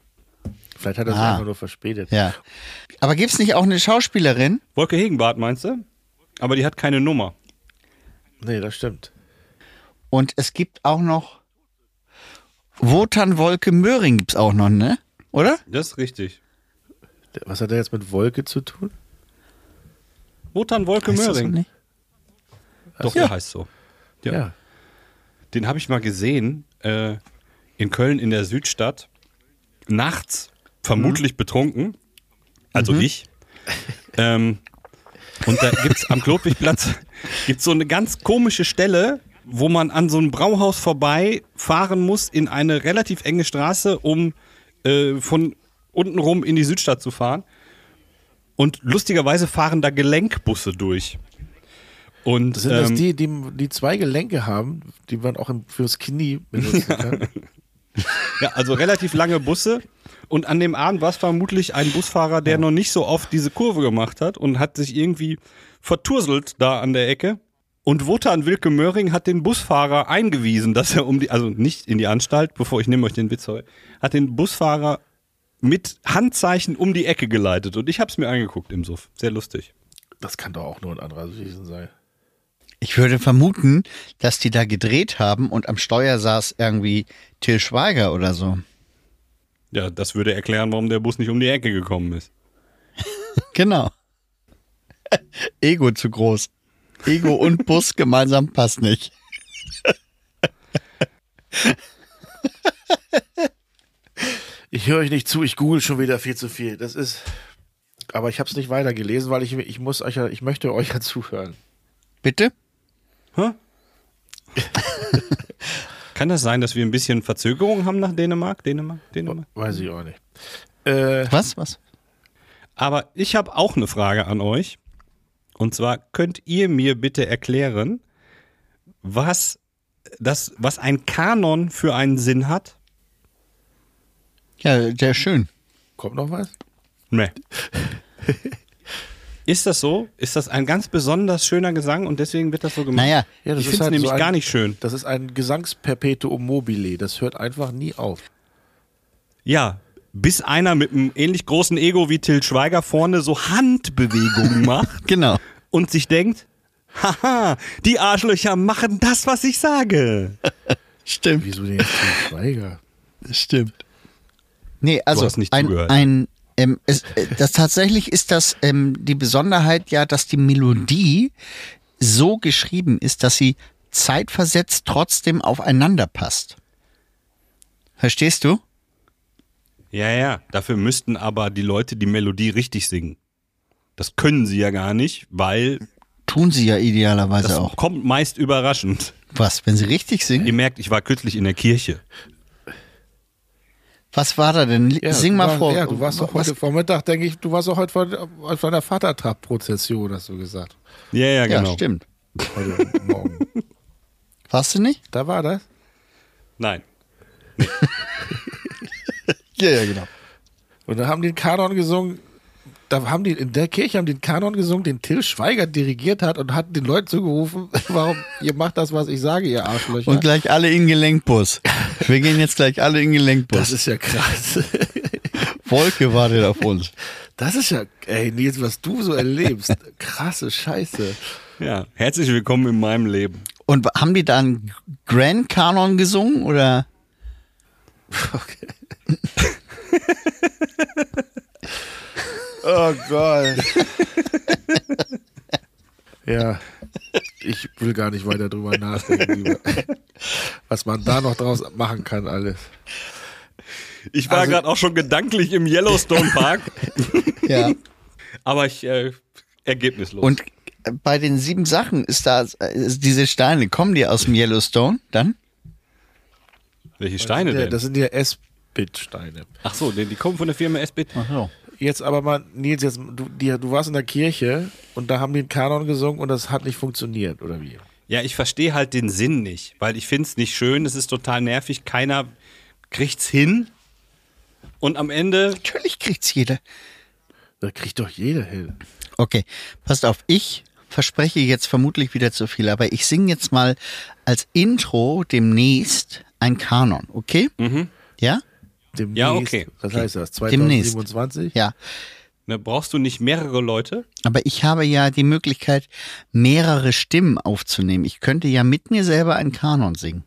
[SPEAKER 2] vielleicht hat er sich
[SPEAKER 3] Ah.
[SPEAKER 2] einfach nur verspätet.
[SPEAKER 3] Ja. Aber gibt's nicht auch eine Schauspielerin?
[SPEAKER 4] Wolke Hegenbart, meinst du? Aber die hat keine Nummer.
[SPEAKER 2] Nee, das stimmt.
[SPEAKER 3] Und es gibt auch noch Wotan Wolke Möhring gibt's auch noch, ne? Oder?
[SPEAKER 4] Das ist richtig.
[SPEAKER 2] Was hat er jetzt mit Wolke zu tun?
[SPEAKER 4] Wotan Wolke
[SPEAKER 3] Heißt das so
[SPEAKER 4] Möhring.
[SPEAKER 3] nicht?
[SPEAKER 4] Doch, der heißt so. Ja. Den habe ich mal gesehen äh, in Köln in der Südstadt. Nachts,
[SPEAKER 2] Mhm.
[SPEAKER 4] vermutlich betrunken. Also ich. ähm, und da gibt es am Klotwigplatz gibt's so eine ganz komische Stelle, wo man an so einem Brauhaus vorbei fahren muss in eine relativ enge Straße, um äh, von unten rum in die Südstadt zu fahren. Und lustigerweise fahren da Gelenkbusse durch. Und
[SPEAKER 2] Sind
[SPEAKER 4] ähm,
[SPEAKER 2] das die, die, die zwei Gelenke haben, die man auch im, fürs Knie benutzen kann?
[SPEAKER 4] Ja, also relativ lange Busse. Und an dem Abend war es vermutlich ein Busfahrer, der noch nicht so oft diese Kurve gemacht hat und hat sich irgendwie verturselt da an der Ecke. Und Wotan Wilke Möhring hat den Busfahrer eingewiesen, dass er um die, also nicht in die Anstalt, bevor ich nehme euch den Witz heute, hat den Busfahrer mit Handzeichen um die Ecke geleitet. Und ich hab's mir angeguckt im Suff. Sehr lustig.
[SPEAKER 2] Das kann doch auch nur ein anderer Season sein.
[SPEAKER 3] Ich würde vermuten, dass die da gedreht haben und am Steuer saß irgendwie Till Schweiger oder so.
[SPEAKER 4] Ja, das würde erklären, warum der Bus nicht um die Ecke gekommen ist.
[SPEAKER 3] Genau. Ego zu groß. Ego und Bus gemeinsam passt nicht.
[SPEAKER 2] Ich höre euch nicht zu, ich google schon wieder viel zu viel. Das ist. Aber ich habe es nicht weitergelesen, weil ich, ich muss euch ja, ich möchte euch ja zuhören.
[SPEAKER 3] Bitte?
[SPEAKER 4] Hä? Kann das sein, dass wir ein bisschen Verzögerung haben nach Dänemark? Dänemark? Dänemark?
[SPEAKER 2] Weiß ich auch nicht. Äh,
[SPEAKER 3] Was? Was?
[SPEAKER 4] Aber ich habe auch eine Frage an euch. Und zwar könnt ihr mir bitte erklären, was, das, was ein Kanon für einen Sinn hat?
[SPEAKER 3] Ja, sehr schön.
[SPEAKER 2] kommt noch was?
[SPEAKER 4] Nee. Ist das so? Ist das ein ganz besonders schöner Gesang und deswegen wird das so gemacht?
[SPEAKER 3] Naja,
[SPEAKER 2] Ja, das
[SPEAKER 4] ich
[SPEAKER 2] ist
[SPEAKER 4] finde
[SPEAKER 2] halt
[SPEAKER 4] es
[SPEAKER 2] so
[SPEAKER 4] nämlich
[SPEAKER 2] ein-
[SPEAKER 4] gar nicht schön.
[SPEAKER 2] Das ist ein Gesangsperpetuum mobile. Das hört einfach nie auf.
[SPEAKER 4] Ja, bis einer mit einem ähnlich großen Ego wie Till Schweiger vorne so Handbewegungen macht.
[SPEAKER 3] genau.
[SPEAKER 4] und sich denkt, haha, die Arschlöcher machen das, was ich sage.
[SPEAKER 3] Stimmt.
[SPEAKER 2] Wieso denn jetzt Till Schweiger?
[SPEAKER 3] Stimmt. Nee, also
[SPEAKER 4] hast nicht
[SPEAKER 3] ein,
[SPEAKER 4] zugehört.
[SPEAKER 3] ein ähm, es, äh, das tatsächlich ist das ähm, die Besonderheit ja, dass die Melodie so geschrieben ist, dass sie zeitversetzt trotzdem aufeinander passt. Verstehst du?
[SPEAKER 4] Ja, ja, dafür müssten aber die Leute die Melodie richtig singen. Das können sie ja gar nicht, weil
[SPEAKER 3] Tun sie ja idealerweise
[SPEAKER 4] das
[SPEAKER 3] auch.
[SPEAKER 4] kommt meist überraschend.
[SPEAKER 3] Was, wenn sie richtig singen?
[SPEAKER 4] Ihr merkt, ich war kürzlich in der Kirche.
[SPEAKER 3] Was war da denn?
[SPEAKER 2] Ja,
[SPEAKER 3] Sing
[SPEAKER 2] du
[SPEAKER 3] mal
[SPEAKER 2] warst-
[SPEAKER 3] vor.
[SPEAKER 2] Ja, du warst doch
[SPEAKER 3] Was-
[SPEAKER 2] heute Vormittag, denke ich, du warst doch heute von, von der Vatertrap-Prozession, hast du gesagt.
[SPEAKER 4] Ja, ja,
[SPEAKER 3] Ja,
[SPEAKER 4] genau.
[SPEAKER 3] stimmt.
[SPEAKER 2] Heute Morgen.
[SPEAKER 3] Warst du nicht?
[SPEAKER 2] Da war das.
[SPEAKER 4] Nein.
[SPEAKER 3] Ja, ja, genau.
[SPEAKER 2] genau. Und dann haben die einen Kanon gesungen, da haben die in der Kirche haben die den Kanon gesungen, den Till Schweiger dirigiert hat und hat den Leuten zugerufen, warum ihr macht das, was ich sage, ihr Arschlöcher.
[SPEAKER 3] Und gleich alle in Gelenkbus. Wir gehen jetzt gleich alle in Gelenkbus.
[SPEAKER 2] das ist ja krass.
[SPEAKER 3] Wolke wartet auf uns.
[SPEAKER 2] Das ist ja, ey, Nils, was du so erlebst. Krasse Scheiße.
[SPEAKER 4] Ja, herzlich willkommen in meinem Leben.
[SPEAKER 3] Und haben die dann Grand Kanon gesungen oder?
[SPEAKER 2] Oh Gott. ja, ich will gar nicht weiter drüber nachdenken, lieber. was man da noch draus machen kann, alles.
[SPEAKER 4] Ich war
[SPEAKER 2] Also-
[SPEAKER 4] gerade auch schon gedanklich im Yellowstone Park,
[SPEAKER 3] Ja.
[SPEAKER 4] aber ich äh, ergebnislos.
[SPEAKER 3] Und äh, bei den sieben Sachen ist da äh, ist diese Steine, kommen die aus dem Yellowstone dann?
[SPEAKER 4] welche Steine
[SPEAKER 2] Ja,
[SPEAKER 4] denn?
[SPEAKER 2] das sind ja S-Bit-Steine.
[SPEAKER 4] Ach so, die, die kommen von der Firma SB.
[SPEAKER 3] Ach so.
[SPEAKER 2] Jetzt aber mal, Nils, jetzt, du, die, du warst in der Kirche und da haben die den Kanon gesungen und das hat nicht funktioniert, oder wie?
[SPEAKER 4] Ja, ich verstehe halt den Sinn nicht, weil ich finde es nicht schön, es ist total nervig, keiner kriegt's hin. Und am Ende,
[SPEAKER 3] Natürlich kriegt's jeder.
[SPEAKER 2] Da kriegt doch jeder hin.
[SPEAKER 3] Okay, passt auf, ich verspreche jetzt vermutlich wieder zu viel, aber ich singe jetzt mal als Intro demnächst ein Kanon, okay? Ja?
[SPEAKER 2] Demnächst.
[SPEAKER 4] Ja, okay.
[SPEAKER 2] Was heißt das?
[SPEAKER 3] Demnächst.
[SPEAKER 2] 2027?
[SPEAKER 3] Ja.
[SPEAKER 4] ne, brauchst du nicht mehrere Leute?
[SPEAKER 3] Aber ich habe ja die Möglichkeit, mehrere Stimmen aufzunehmen. Ich könnte ja mit mir selber einen Kanon singen.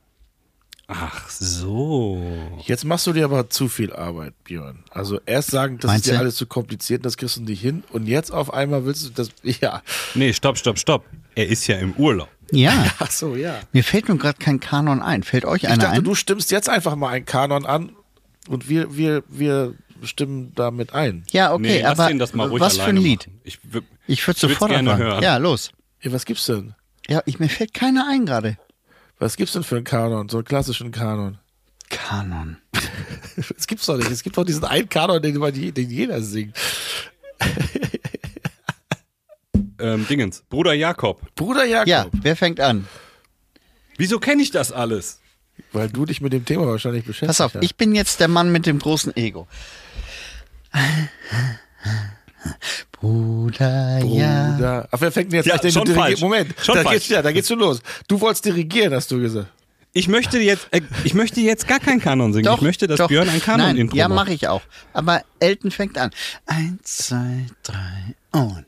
[SPEAKER 4] Ach so.
[SPEAKER 2] Jetzt machst du dir aber zu viel Arbeit, Björn. Also erst sagen, das
[SPEAKER 3] Meinst
[SPEAKER 2] ist dir
[SPEAKER 3] du?
[SPEAKER 2] alles zu kompliziert, das kriegst du nicht hin. Und jetzt auf einmal willst du das. Ja.
[SPEAKER 4] Nee, stopp, stopp, stopp. Er ist ja im Urlaub.
[SPEAKER 3] Ja,
[SPEAKER 2] Ach so, ja.
[SPEAKER 3] mir fällt nun gerade kein Kanon ein. Fällt euch
[SPEAKER 2] Ich
[SPEAKER 3] einer
[SPEAKER 2] dachte,
[SPEAKER 3] ein?
[SPEAKER 2] du stimmst jetzt einfach mal einen Kanon an und wir, wir, wir stimmen damit ein.
[SPEAKER 3] ja, okay,
[SPEAKER 4] nee, lass
[SPEAKER 3] aber
[SPEAKER 4] den das mal ruhig
[SPEAKER 3] was für ein
[SPEAKER 4] alleine
[SPEAKER 3] Lied?
[SPEAKER 4] machen. Ich, wür-
[SPEAKER 3] Ich würde
[SPEAKER 4] würd's
[SPEAKER 3] sofort
[SPEAKER 4] gerne
[SPEAKER 3] anfangen.
[SPEAKER 4] hören.
[SPEAKER 3] Ja, los.
[SPEAKER 2] Ja, was gibt's denn?
[SPEAKER 3] Ja, ich, mir fällt keiner ein gerade.
[SPEAKER 2] Was gibt's denn für einen Kanon? So einen klassischen Kanon?
[SPEAKER 3] Kanon.
[SPEAKER 2] Das gibt's doch nicht. Es gibt doch diesen einen Kanon, den, man je- den jeder singt.
[SPEAKER 4] ähm, Dingens, Bruder Jakob.
[SPEAKER 2] Bruder Jakob,
[SPEAKER 3] Ja, wer fängt an?
[SPEAKER 4] Wieso kenne ich das alles?
[SPEAKER 2] weil du dich mit dem Thema wahrscheinlich beschäftigt
[SPEAKER 3] Pass auf,
[SPEAKER 2] hast.
[SPEAKER 3] ich bin jetzt der Mann mit dem großen Ego. Bruder, ja.
[SPEAKER 2] Bruder. Ach, wer fängt denn jetzt
[SPEAKER 4] Ja,
[SPEAKER 2] an, den
[SPEAKER 4] schon
[SPEAKER 2] du dirigi-
[SPEAKER 4] falsch.
[SPEAKER 2] Moment,
[SPEAKER 4] Schon
[SPEAKER 2] da
[SPEAKER 4] falsch.
[SPEAKER 2] geht's, ja, da geht's schon los. Du wolltest dirigieren, hast du gesagt.
[SPEAKER 4] Ich möchte jetzt, äh, ich möchte jetzt gar keinen Kanon singen.
[SPEAKER 3] Doch,
[SPEAKER 4] ich möchte, dass
[SPEAKER 3] doch.
[SPEAKER 4] Björn ein
[SPEAKER 3] Nein,
[SPEAKER 4] Kanon-Intro
[SPEAKER 3] Ja,
[SPEAKER 4] macht.
[SPEAKER 3] mache ich auch. Aber Elton fängt an. Eins, zwei, drei und.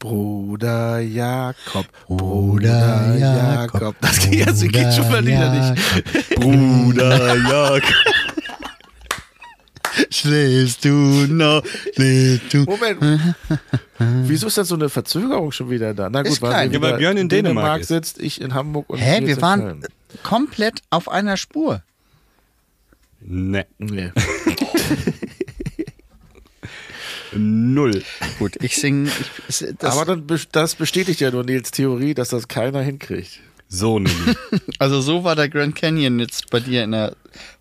[SPEAKER 2] Bruder Jakob,
[SPEAKER 3] Bruder Jakob,
[SPEAKER 2] Das geht, jetzt geht schon mal wieder nicht.
[SPEAKER 4] Bruder Jakob.
[SPEAKER 3] Schläfst du noch? Schläfst du?
[SPEAKER 2] Moment. Wieso ist denn so eine Verzögerung schon wieder da? Na gut,
[SPEAKER 3] Ist klein.
[SPEAKER 2] wir
[SPEAKER 4] Ja, weil
[SPEAKER 2] wieder
[SPEAKER 4] Björn in Dänemark ist.
[SPEAKER 2] sitzt, ich in Hamburg und
[SPEAKER 3] Hä,
[SPEAKER 2] Nils
[SPEAKER 3] wir
[SPEAKER 2] in
[SPEAKER 3] waren
[SPEAKER 2] Köln.
[SPEAKER 3] komplett auf einer Spur.
[SPEAKER 4] Nee,
[SPEAKER 2] Nee.
[SPEAKER 4] null.
[SPEAKER 3] Gut, ich singe. Ich, es- das,
[SPEAKER 2] Aber dann bes- das bestätigt ja nur Nils Theorie, dass das keiner hinkriegt.
[SPEAKER 4] So nämlich.
[SPEAKER 3] also so war der Grand Canyon jetzt bei dir in der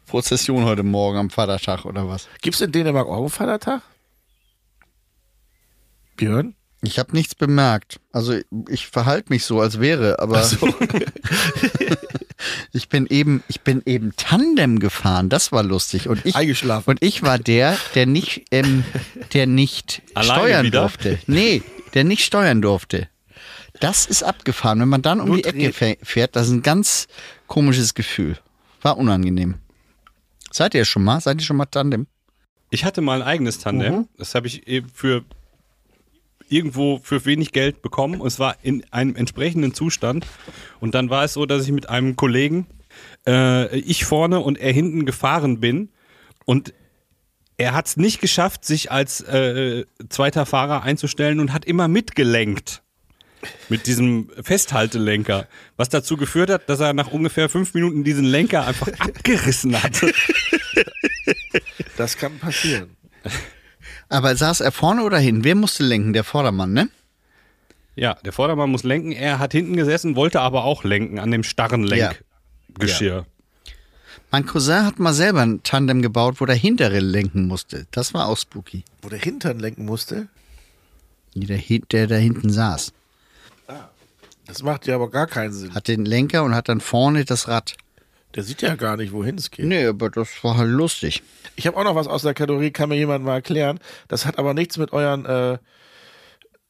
[SPEAKER 3] Prozession heute Morgen am Vatertag oder was?
[SPEAKER 2] Gibt's in Dänemark auch einen Vatertag? Björn?
[SPEAKER 3] Ich habe nichts bemerkt. Also ich verhalte mich so, als wäre, aber ich bin eben, ich bin eben Tandem gefahren. Das war lustig und ich
[SPEAKER 2] Eingeschlafen.
[SPEAKER 3] und ich war der, der nicht, ähm, der nicht
[SPEAKER 4] Alleine
[SPEAKER 3] steuern
[SPEAKER 4] wieder?
[SPEAKER 3] durfte. Nee, der nicht steuern durfte. Das ist abgefahren. Wenn man dann um
[SPEAKER 2] Nur
[SPEAKER 3] die Ecke fä- fährt, das ist ein ganz komisches Gefühl. War unangenehm. Seid ihr schon mal? Seid ihr schon mal Tandem?
[SPEAKER 4] Ich hatte mal ein eigenes Tandem. Das habe ich eben für irgendwo für wenig Geld bekommen. Es war in einem entsprechenden Zustand. Und dann war es so, dass ich mit einem Kollegen, äh, ich vorne und er hinten gefahren bin. Und er hat es nicht geschafft, sich als äh, zweiter Fahrer einzustellen und hat immer mitgelenkt. Mit diesem Festhaltelenker. Was dazu geführt hat, dass er nach ungefähr fünf Minuten diesen Lenker einfach abgerissen hatte.
[SPEAKER 2] Das kann passieren.
[SPEAKER 3] Aber saß er vorne oder hinten? Wer musste lenken? Der Vordermann, ne?
[SPEAKER 4] Ja, der Vordermann muss lenken. Er hat hinten gesessen, wollte aber auch lenken an dem starren Lenkgeschirr.
[SPEAKER 3] Mein Cousin hat mal selber ein Tandem gebaut, wo der hintere lenken musste. Das war auch spooky.
[SPEAKER 2] Wo der Hintern lenken musste,
[SPEAKER 3] Nee, Der, hin- der da hinten saß.
[SPEAKER 2] das macht ja aber gar keinen Sinn.
[SPEAKER 3] Hat den Lenker und hat dann vorne das Rad.
[SPEAKER 2] Der sieht ja gar nicht, wohin es geht.
[SPEAKER 3] Nee, aber das war halt lustig.
[SPEAKER 2] Ich habe auch noch was aus der Kategorie, kann mir jemand mal erklären. Das hat aber nichts mit euren äh,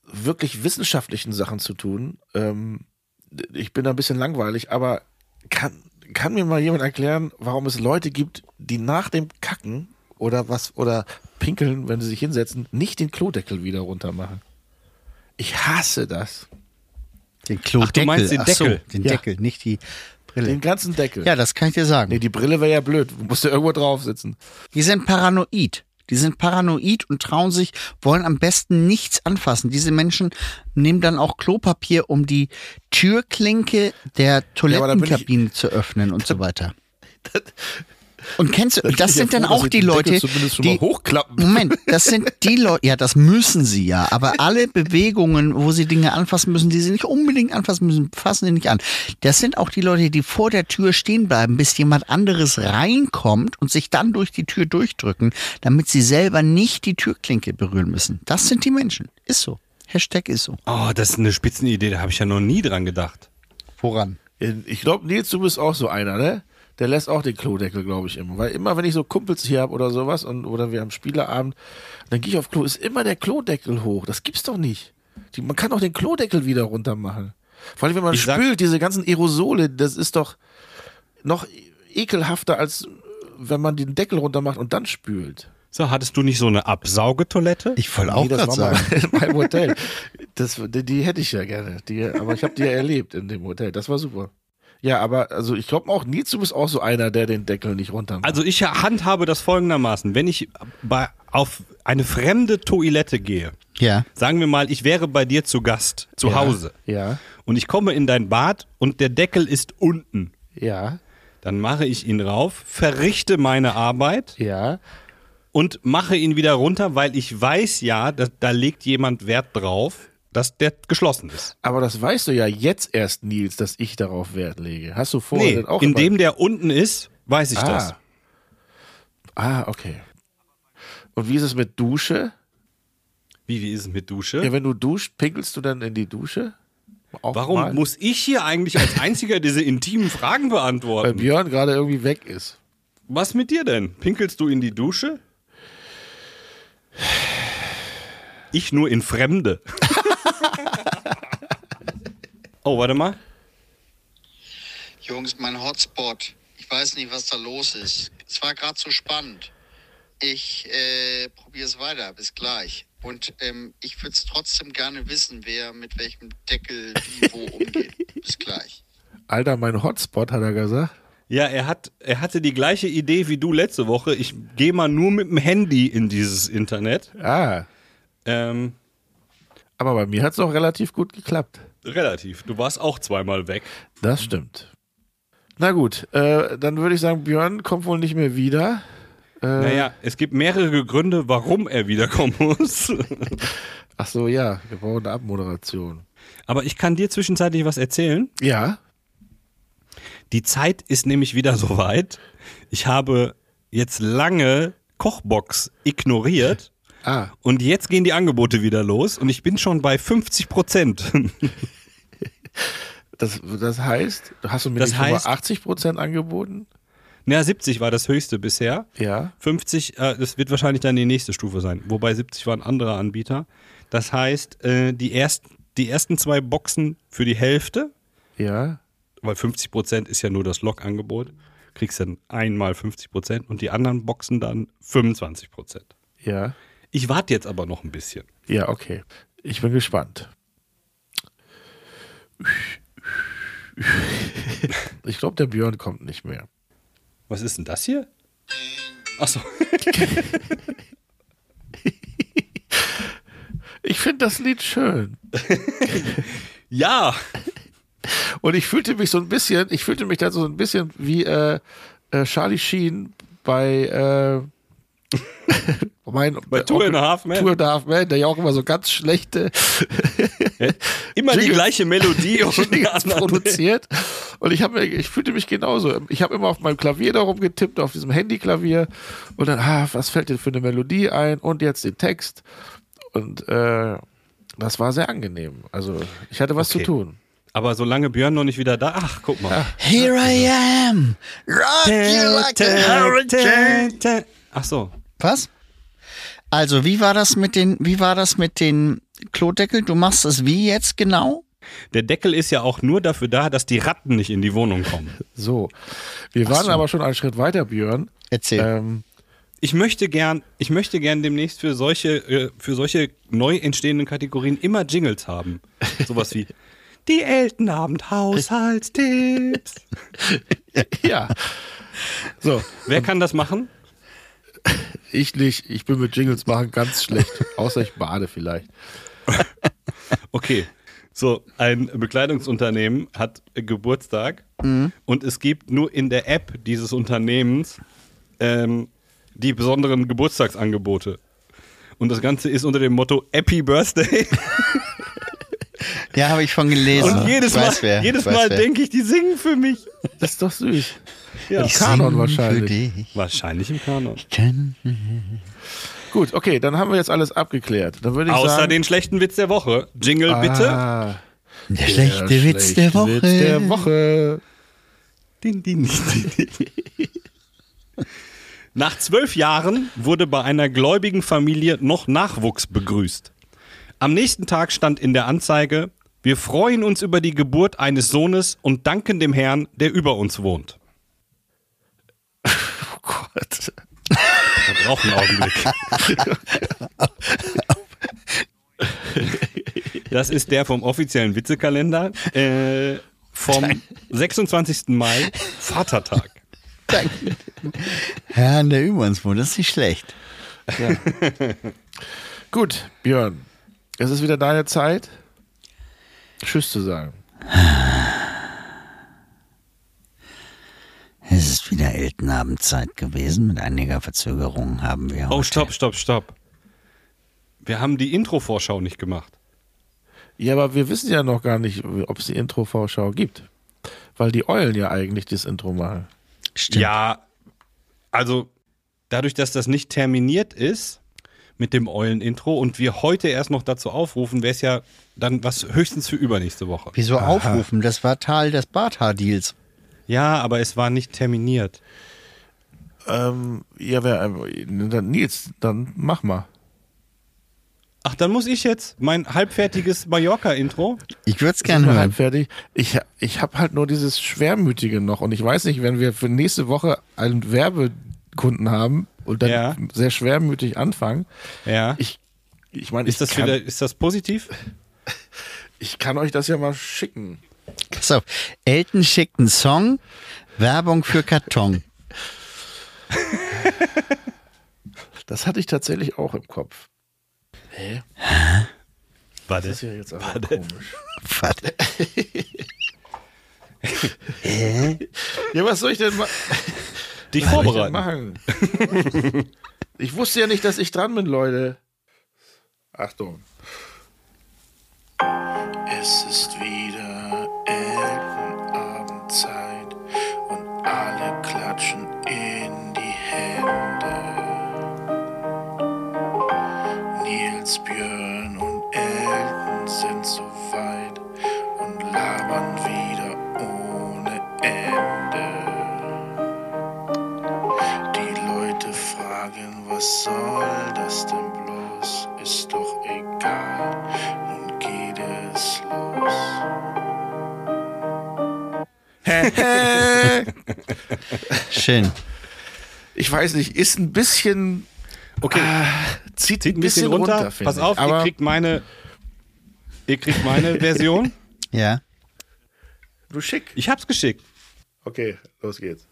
[SPEAKER 2] wirklich wissenschaftlichen Sachen zu tun. Ähm, ich bin da ein bisschen langweilig, aber kann, kann mir mal jemand erklären, warum es Leute gibt, die nach dem Kacken oder was oder pinkeln, wenn sie sich hinsetzen, nicht den Klodeckel wieder runter machen? Ich hasse das.
[SPEAKER 3] Den Klodeckel.
[SPEAKER 4] Ach, du meinst den
[SPEAKER 3] Ach so,
[SPEAKER 4] Deckel.
[SPEAKER 3] den
[SPEAKER 2] Ja.
[SPEAKER 3] Deckel, nicht die Brille.
[SPEAKER 2] Den ganzen Deckel.
[SPEAKER 3] ja, das kann ich dir sagen.
[SPEAKER 2] Nee, die Brille wäre ja blöd. Du musst ja irgendwo drauf sitzen.
[SPEAKER 3] Die sind paranoid. Die sind paranoid und trauen sich, wollen am besten nichts anfassen. Diese Menschen nehmen dann auch Klopapier, um die Türklinke der
[SPEAKER 2] Ja, aber da bin ich-
[SPEAKER 3] Toilettenkabine zu öffnen und so weiter. Und kennst du,
[SPEAKER 2] bin
[SPEAKER 3] das
[SPEAKER 2] ich ja
[SPEAKER 3] sind dann
[SPEAKER 2] froh, dass
[SPEAKER 3] auch
[SPEAKER 2] ich
[SPEAKER 3] die
[SPEAKER 2] den Deckel
[SPEAKER 3] Leute,
[SPEAKER 2] zumindest schon mal
[SPEAKER 3] die
[SPEAKER 2] hochklappen.
[SPEAKER 3] Moment, das sind die Leute, ja, das müssen sie ja, aber alle Bewegungen, wo sie Dinge anfassen müssen, die sie nicht unbedingt anfassen müssen, fassen sie nicht an. Das sind auch die Leute, die vor der Tür stehen bleiben, bis jemand anderes reinkommt und sich dann durch die Tür durchdrücken, damit sie selber nicht die Türklinke berühren müssen. Das sind die Menschen. Ist so. Hashtag ist so.
[SPEAKER 4] Oh, das ist eine Spitzenidee, da habe ich ja noch nie dran gedacht.
[SPEAKER 3] Voran.
[SPEAKER 2] Ich glaube, Nils, du bist auch so einer, ne? Der lässt auch den Klodeckel, glaube ich, immer. Weil immer, wenn ich so Kumpels hier habe oder sowas und, oder wir haben Spieleabend, dann gehe ich auf Klo, ist immer der Klodeckel hoch. Das gibt's doch nicht. Die, man kann doch den Klodeckel wieder runter machen. Vor allem, wenn man
[SPEAKER 4] Ich sag-
[SPEAKER 2] spült, diese ganzen Aerosole, das ist doch noch ekelhafter, als wenn man den Deckel runter macht und dann spült.
[SPEAKER 4] So, hattest du nicht so eine Absaugetoilette?
[SPEAKER 3] Ich voll auch
[SPEAKER 2] das
[SPEAKER 3] grad
[SPEAKER 2] war
[SPEAKER 3] sagen.
[SPEAKER 2] mal in meinem Hotel. Das, die, die hätte ich ja gerne. Die, aber ich habe die ja erlebt in dem Hotel. Das war super. Ja, aber also ich glaube auch, Nils, du bist auch so einer, der den Deckel nicht runter macht.
[SPEAKER 4] Also ich handhabe das folgendermaßen. Wenn ich bei, auf eine fremde Toilette gehe,
[SPEAKER 3] Ja.
[SPEAKER 4] sagen wir mal, ich wäre bei dir zu Gast, zu Hause,
[SPEAKER 2] Ja,
[SPEAKER 4] und ich komme in dein Bad und der Deckel ist unten,
[SPEAKER 2] ja,
[SPEAKER 4] dann mache ich ihn rauf, verrichte meine Arbeit
[SPEAKER 2] ja.
[SPEAKER 4] und mache ihn wieder runter, weil ich weiß ja, dass, da legt jemand Wert drauf, dass der geschlossen ist.
[SPEAKER 2] Aber das weißt du ja jetzt erst, Nils, dass ich darauf Wert lege. Hast du vorher
[SPEAKER 4] Nee,
[SPEAKER 2] denn Oh, auch immer-
[SPEAKER 4] indem der unten ist, weiß ich
[SPEAKER 2] ah.
[SPEAKER 4] das.
[SPEAKER 2] Ah, okay. Und wie ist es mit Dusche?
[SPEAKER 4] Wie, wie ist es mit Dusche?
[SPEAKER 2] Ja, wenn du duscht, pinkelst du dann in die Dusche? Auch
[SPEAKER 4] Warum
[SPEAKER 2] mal?
[SPEAKER 4] muss ich hier eigentlich als einziger diese intimen Fragen
[SPEAKER 2] Weil
[SPEAKER 4] beantworten?
[SPEAKER 2] Björn gerade irgendwie weg ist.
[SPEAKER 4] Was mit dir denn? Pinkelst du in die Dusche? Ich nur in Fremde. oh, warte mal.
[SPEAKER 5] Jungs, mein Hotspot. Ich weiß nicht, was da los ist. Es war gerade so spannend. Ich äh, probiere es weiter. Bis gleich. Und ähm, ich würde es trotzdem gerne wissen, wer mit welchem Deckel wie wo umgeht. Bis gleich.
[SPEAKER 2] Alter, mein Hotspot, hat er gesagt.
[SPEAKER 4] Ja, er, hat, er hatte die gleiche Idee wie du letzte Woche. Ich gehe mal nur mit dem Handy in dieses Internet.
[SPEAKER 2] Ah,
[SPEAKER 4] Ähm,
[SPEAKER 2] Aber bei mir hat es auch relativ gut geklappt.
[SPEAKER 4] relativ. Du warst auch zweimal weg.
[SPEAKER 2] Das stimmt. Na gut, äh, dann würde ich sagen, Björn kommt wohl nicht mehr wieder.
[SPEAKER 4] Naja, es gibt mehrere Gründe, warum er wiederkommen muss.
[SPEAKER 2] Ach so, ja, wir brauchen eine Abmoderation.
[SPEAKER 4] Aber ich kann dir zwischenzeitlich was erzählen.
[SPEAKER 2] Ja,
[SPEAKER 4] Die Zeit ist nämlich wieder soweit. Ich habe jetzt lange Kochbox ignoriert.
[SPEAKER 2] Ah.
[SPEAKER 4] Und jetzt gehen die Angebote wieder los und ich bin schon bei 50 Prozent.
[SPEAKER 2] das, das heißt, hast du mir
[SPEAKER 4] Das
[SPEAKER 2] nicht schon mal
[SPEAKER 4] heißt-
[SPEAKER 2] 80 Prozent angeboten?
[SPEAKER 4] Na, 70 war das höchste bisher.
[SPEAKER 2] Ja.
[SPEAKER 4] 50, äh, das wird wahrscheinlich dann die nächste Stufe sein. Wobei 70 war ein anderer Anbieter. Das heißt, äh, die, erst, die ersten zwei Boxen für die Hälfte,
[SPEAKER 2] Ja.
[SPEAKER 4] weil 50 Prozent ist ja nur das Log-Angebot, kriegst dann einmal 50 Prozent und die anderen Boxen dann 25 Prozent.
[SPEAKER 2] Ja.
[SPEAKER 4] Ich warte jetzt aber noch ein bisschen.
[SPEAKER 2] Ja, okay. Ich bin gespannt. Ich glaube, der Björn kommt nicht mehr.
[SPEAKER 4] Was ist denn das hier? Achso.
[SPEAKER 2] Ich finde das Lied schön.
[SPEAKER 4] Ja.
[SPEAKER 2] Und ich fühlte mich so ein bisschen, ich fühlte mich da so ein bisschen wie äh, äh, Charlie Sheen bei äh, mein,
[SPEAKER 4] Bei Two and a Half Men.
[SPEAKER 2] Tour and a Half Men, der ja auch immer so ganz schlechte
[SPEAKER 4] Immer die
[SPEAKER 2] Jingle-
[SPEAKER 4] gleiche Melodie und eine
[SPEAKER 2] Jingles
[SPEAKER 4] andere-
[SPEAKER 2] produziert. Und ich habe ich fühlte mich genauso. Ich habe immer auf meinem Klavier darum getippt, auf diesem Handyklavier. Und dann, ah, was fällt denn für eine Melodie ein? Und jetzt den Text. Und äh, das war sehr angenehm. Also ich hatte was
[SPEAKER 4] Okay.
[SPEAKER 2] zu tun.
[SPEAKER 4] Aber solange Björn noch nicht wieder da, ach, guck mal.
[SPEAKER 3] Here I am. Rock you like a hurricane.
[SPEAKER 4] Ach so.
[SPEAKER 3] Was? Also, wie war das mit den, wie war das mit den Klodeckel? Du machst es wie jetzt genau?
[SPEAKER 4] Der Deckel ist ja auch nur dafür da, dass die Ratten nicht in die Wohnung kommen.
[SPEAKER 2] So. Wir waren aber schon einen Schritt weiter, Björn.
[SPEAKER 3] Erzähl.
[SPEAKER 4] Äh.
[SPEAKER 2] Ähm,
[SPEAKER 4] Ich möchte gern, ich möchte gern demnächst für solche, äh, für solche neu entstehenden Kategorien immer Jingles haben. Sowas wie die Eltenabend Haushaltstipps.
[SPEAKER 2] ja. So,
[SPEAKER 4] Wer kann das machen?
[SPEAKER 2] ich nicht. Ich bin mit Jingles machen ganz schlecht. Außer ich bade vielleicht.
[SPEAKER 4] Okay. So, ein Bekleidungsunternehmen hat äh, Geburtstag und es gibt nur in der App dieses Unternehmens ähm, die besonderen Geburtstagsangebote. Und das Ganze ist unter dem Motto Happy Birthday.
[SPEAKER 3] Ja, habe ich von gelesen.
[SPEAKER 4] Und jedes Mal,
[SPEAKER 3] Also, Weiß wer,
[SPEAKER 4] jedes
[SPEAKER 3] weiß
[SPEAKER 4] Mal
[SPEAKER 3] wer.
[SPEAKER 4] denke ich, die singen für mich.
[SPEAKER 2] Das ist doch süß.
[SPEAKER 4] Ja.
[SPEAKER 2] Im Kanon
[SPEAKER 3] Sing
[SPEAKER 2] wahrscheinlich.
[SPEAKER 3] Für dich.
[SPEAKER 4] Wahrscheinlich im Kanon.
[SPEAKER 2] Gut, okay, dann haben wir jetzt alles abgeklärt. Dann würde ich
[SPEAKER 4] Außer
[SPEAKER 2] sagen,
[SPEAKER 4] den schlechten Witz der Woche. Jingle bitte.
[SPEAKER 2] Ah,
[SPEAKER 3] Der schlechte Witz der
[SPEAKER 2] schlechte
[SPEAKER 3] Woche.
[SPEAKER 2] Witz der Woche.
[SPEAKER 4] Din, din, din, din, din. Nach zwölf Jahren wurde bei einer gläubigen Familie noch Nachwuchs begrüßt. Am nächsten Tag stand in der Anzeige, wir freuen uns über die Geburt eines Sohnes und danken dem Herrn, der über uns wohnt.
[SPEAKER 2] Oh Gott.
[SPEAKER 4] Wir brauchen einen Augenblick. Das ist der vom offiziellen Witzekalender äh, vom 26. Mai, Vatertag.
[SPEAKER 3] Ja, der über uns wohnt, das ist nicht schlecht.
[SPEAKER 2] Gut, Björn, es ist wieder deine Zeit, Tschüss zu sagen.
[SPEAKER 3] Es ist wieder Eltenabendzeit gewesen. Mit einiger Verzögerung haben wir
[SPEAKER 4] Oh,
[SPEAKER 3] heute-
[SPEAKER 4] stopp, stopp, stopp. Wir haben die Intro-Vorschau nicht gemacht.
[SPEAKER 2] Ja, aber wir wissen ja noch gar nicht, ob es die Intro-Vorschau gibt. Weil die Eulen ja eigentlich das Intro machen.
[SPEAKER 3] Stimmt.
[SPEAKER 4] Ja, also dadurch, dass das nicht terminiert ist mit dem Eulen-Intro und wir heute erst noch dazu aufrufen, wäre es ja dann was höchstens für übernächste Woche.
[SPEAKER 3] Wieso aufrufen? Das war Teil des Barthaar-Deals.
[SPEAKER 4] Ja, aber es war nicht terminiert.
[SPEAKER 2] Ähm, ja, wer, ähm, dann, Nils, dann mach mal.
[SPEAKER 4] Ach, dann muss ich jetzt mein halbfertiges Mallorca-Intro.
[SPEAKER 3] Ich würde es
[SPEAKER 2] Ich bin
[SPEAKER 3] gerne hören.
[SPEAKER 2] halb fertig. Ich, ich habe halt nur dieses Schwermütige noch und ich weiß nicht, wenn wir für nächste Woche einen Werbekunden haben und dann
[SPEAKER 4] Ja.
[SPEAKER 2] sehr schwermütig anfangen.
[SPEAKER 4] Ja.
[SPEAKER 2] Ich, ich meine, ich,
[SPEAKER 4] ist, das
[SPEAKER 2] kann-
[SPEAKER 4] wieder, ist das positiv?
[SPEAKER 2] ich kann euch das ja mal schicken.
[SPEAKER 3] Pass auf. Elton schickt einen Song. Werbung für Karton.
[SPEAKER 2] Das hatte ich tatsächlich auch im Kopf. Hä?
[SPEAKER 4] Warte.
[SPEAKER 2] Das ist ja jetzt aber komisch.
[SPEAKER 3] Warte.
[SPEAKER 2] Ja, was soll ich denn, ma
[SPEAKER 4] Dich
[SPEAKER 2] was soll ich denn
[SPEAKER 4] vorbereiten.
[SPEAKER 2] machen? ich wusste ja nicht, dass ich dran bin, Leute. Achtung. Es ist wieder Eltenabendzeit und alle klatschen in die Hände. Nils, Björn und Elton sind so weit und labern wieder ohne Ende. Die Leute fragen, was soll das denn bloß? Ist doch egal, nun geht es los.
[SPEAKER 3] Schön.
[SPEAKER 2] Ich weiß nicht, ist ein bisschen
[SPEAKER 4] Okay.
[SPEAKER 2] Ah, zieht,
[SPEAKER 4] Zieht ein bisschen, runter. Pass auf, ihr kriegt meine, ihr kriegt meine Version.
[SPEAKER 3] Ja.
[SPEAKER 2] du schick.
[SPEAKER 4] Ich hab's geschickt.
[SPEAKER 2] Okay, los geht's.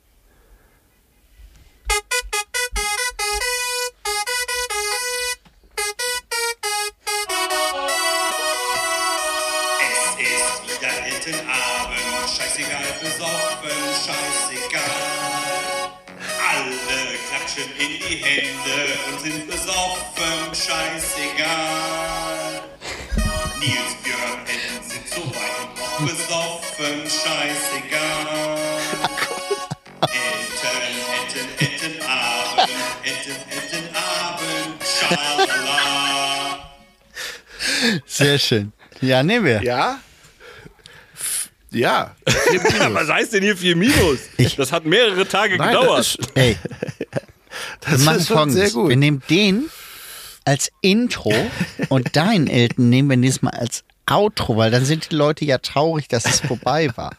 [SPEAKER 6] Es ist wieder Eltenabend, scheißegal besoffen, scheißegal. Alle klatschen in die Hände und sind besoffen, scheißegal. Nils Björn Elten sind so weit und auch besoffen, scheißegal. Elten, Elten, Eltenabend, Elten, Eltenabend, schalala.
[SPEAKER 3] Sehr schön. Ja, nehmen wir.
[SPEAKER 2] Ja? Ja. vier Minus.
[SPEAKER 4] Was heißt denn hier 4 Minus? das hat mehrere Tage
[SPEAKER 2] Nein,
[SPEAKER 4] gedauert.
[SPEAKER 2] das ist,
[SPEAKER 3] Ey,
[SPEAKER 2] das
[SPEAKER 3] wir machen
[SPEAKER 2] ist schon
[SPEAKER 3] folgendes.
[SPEAKER 2] sehr gut.
[SPEAKER 3] Wir nehmen den als Intro und deinen Elton nehmen wir nächstes Mal als Outro, weil dann sind die Leute ja traurig, dass es vorbei war.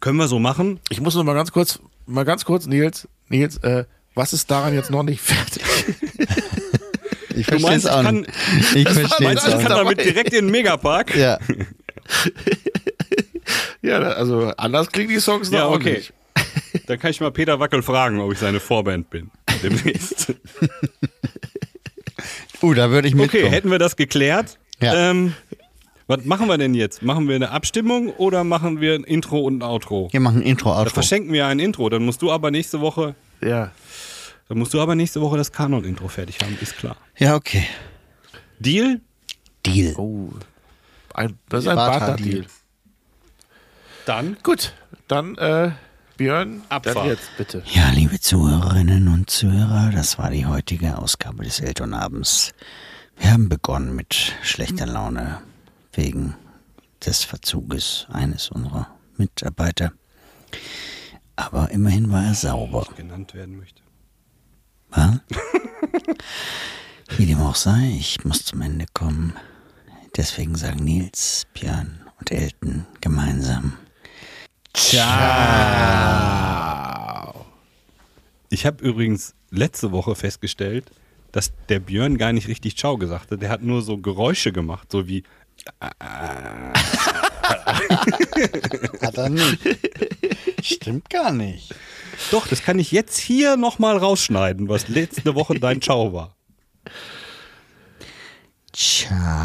[SPEAKER 4] Können wir so machen?
[SPEAKER 2] Ich muss noch mal ganz kurz, mal ganz kurz, Nils, Nils, äh, was ist daran jetzt noch nicht fertig?
[SPEAKER 3] Ich
[SPEAKER 4] Du
[SPEAKER 3] verstehe
[SPEAKER 4] meinst,
[SPEAKER 3] es
[SPEAKER 4] ich
[SPEAKER 3] auch
[SPEAKER 4] kann,
[SPEAKER 3] nicht. Ich verstehe
[SPEAKER 4] meinst,
[SPEAKER 3] es
[SPEAKER 4] du, ich
[SPEAKER 3] auch
[SPEAKER 4] kann
[SPEAKER 3] nicht.
[SPEAKER 4] damit
[SPEAKER 2] dabei.
[SPEAKER 4] direkt in den Megapark?
[SPEAKER 3] Ja.
[SPEAKER 2] ja, da- also anders klingen die Songs noch
[SPEAKER 4] Ja,
[SPEAKER 2] auch
[SPEAKER 4] okay.
[SPEAKER 2] nicht.
[SPEAKER 4] Dann kann ich mal Peter Wackel fragen, ob ich seine Vorband bin. Demnächst.
[SPEAKER 3] Uh, da würde ich
[SPEAKER 4] Okay,
[SPEAKER 3] mitkommen.
[SPEAKER 4] hätten wir das geklärt.
[SPEAKER 3] Ja.
[SPEAKER 4] Ähm, was machen wir denn jetzt? Machen wir eine Abstimmung oder machen wir ein Intro und ein Outro?
[SPEAKER 3] Wir machen Intro,
[SPEAKER 4] Da
[SPEAKER 3] Outro.
[SPEAKER 4] verschenken wir ein Intro, dann musst du aber nächste Woche,
[SPEAKER 2] Ja.
[SPEAKER 4] dann musst du aber nächste Woche das Kanon-Intro fertig haben, ist klar.
[SPEAKER 3] Ja, okay.
[SPEAKER 4] Deal?
[SPEAKER 3] Deal.
[SPEAKER 2] Oh. Ein, das ist ein
[SPEAKER 3] Barter-
[SPEAKER 2] Barter-Deal.
[SPEAKER 3] Deal.
[SPEAKER 4] Dann
[SPEAKER 2] Gut, dann äh, Björn,
[SPEAKER 4] Abfahrt.
[SPEAKER 2] dann jetzt bitte.
[SPEAKER 3] Ja, liebe Zuhörerinnen und Zuhörer, das war die heutige Ausgabe des Elternabends. Wir haben begonnen mit schlechter Laune wegen des Verzuges eines unserer Mitarbeiter. Aber immerhin war er sauber.
[SPEAKER 4] genannt werden möchte.
[SPEAKER 3] Wa? Wie dem auch sei, ich muss zum Ende kommen. Deswegen sagen Nils, Björn und Elton gemeinsam.
[SPEAKER 4] Ich habe übrigens letzte Woche festgestellt, dass der Björn gar nicht richtig Ciao gesagt hat. Der hat nur so Geräusche gemacht, so wie
[SPEAKER 3] Hat er nicht. Stimmt gar nicht.
[SPEAKER 4] Doch, das kann ich jetzt hier nochmal rausschneiden, was letzte Woche dein Ciao war.
[SPEAKER 3] Ciao.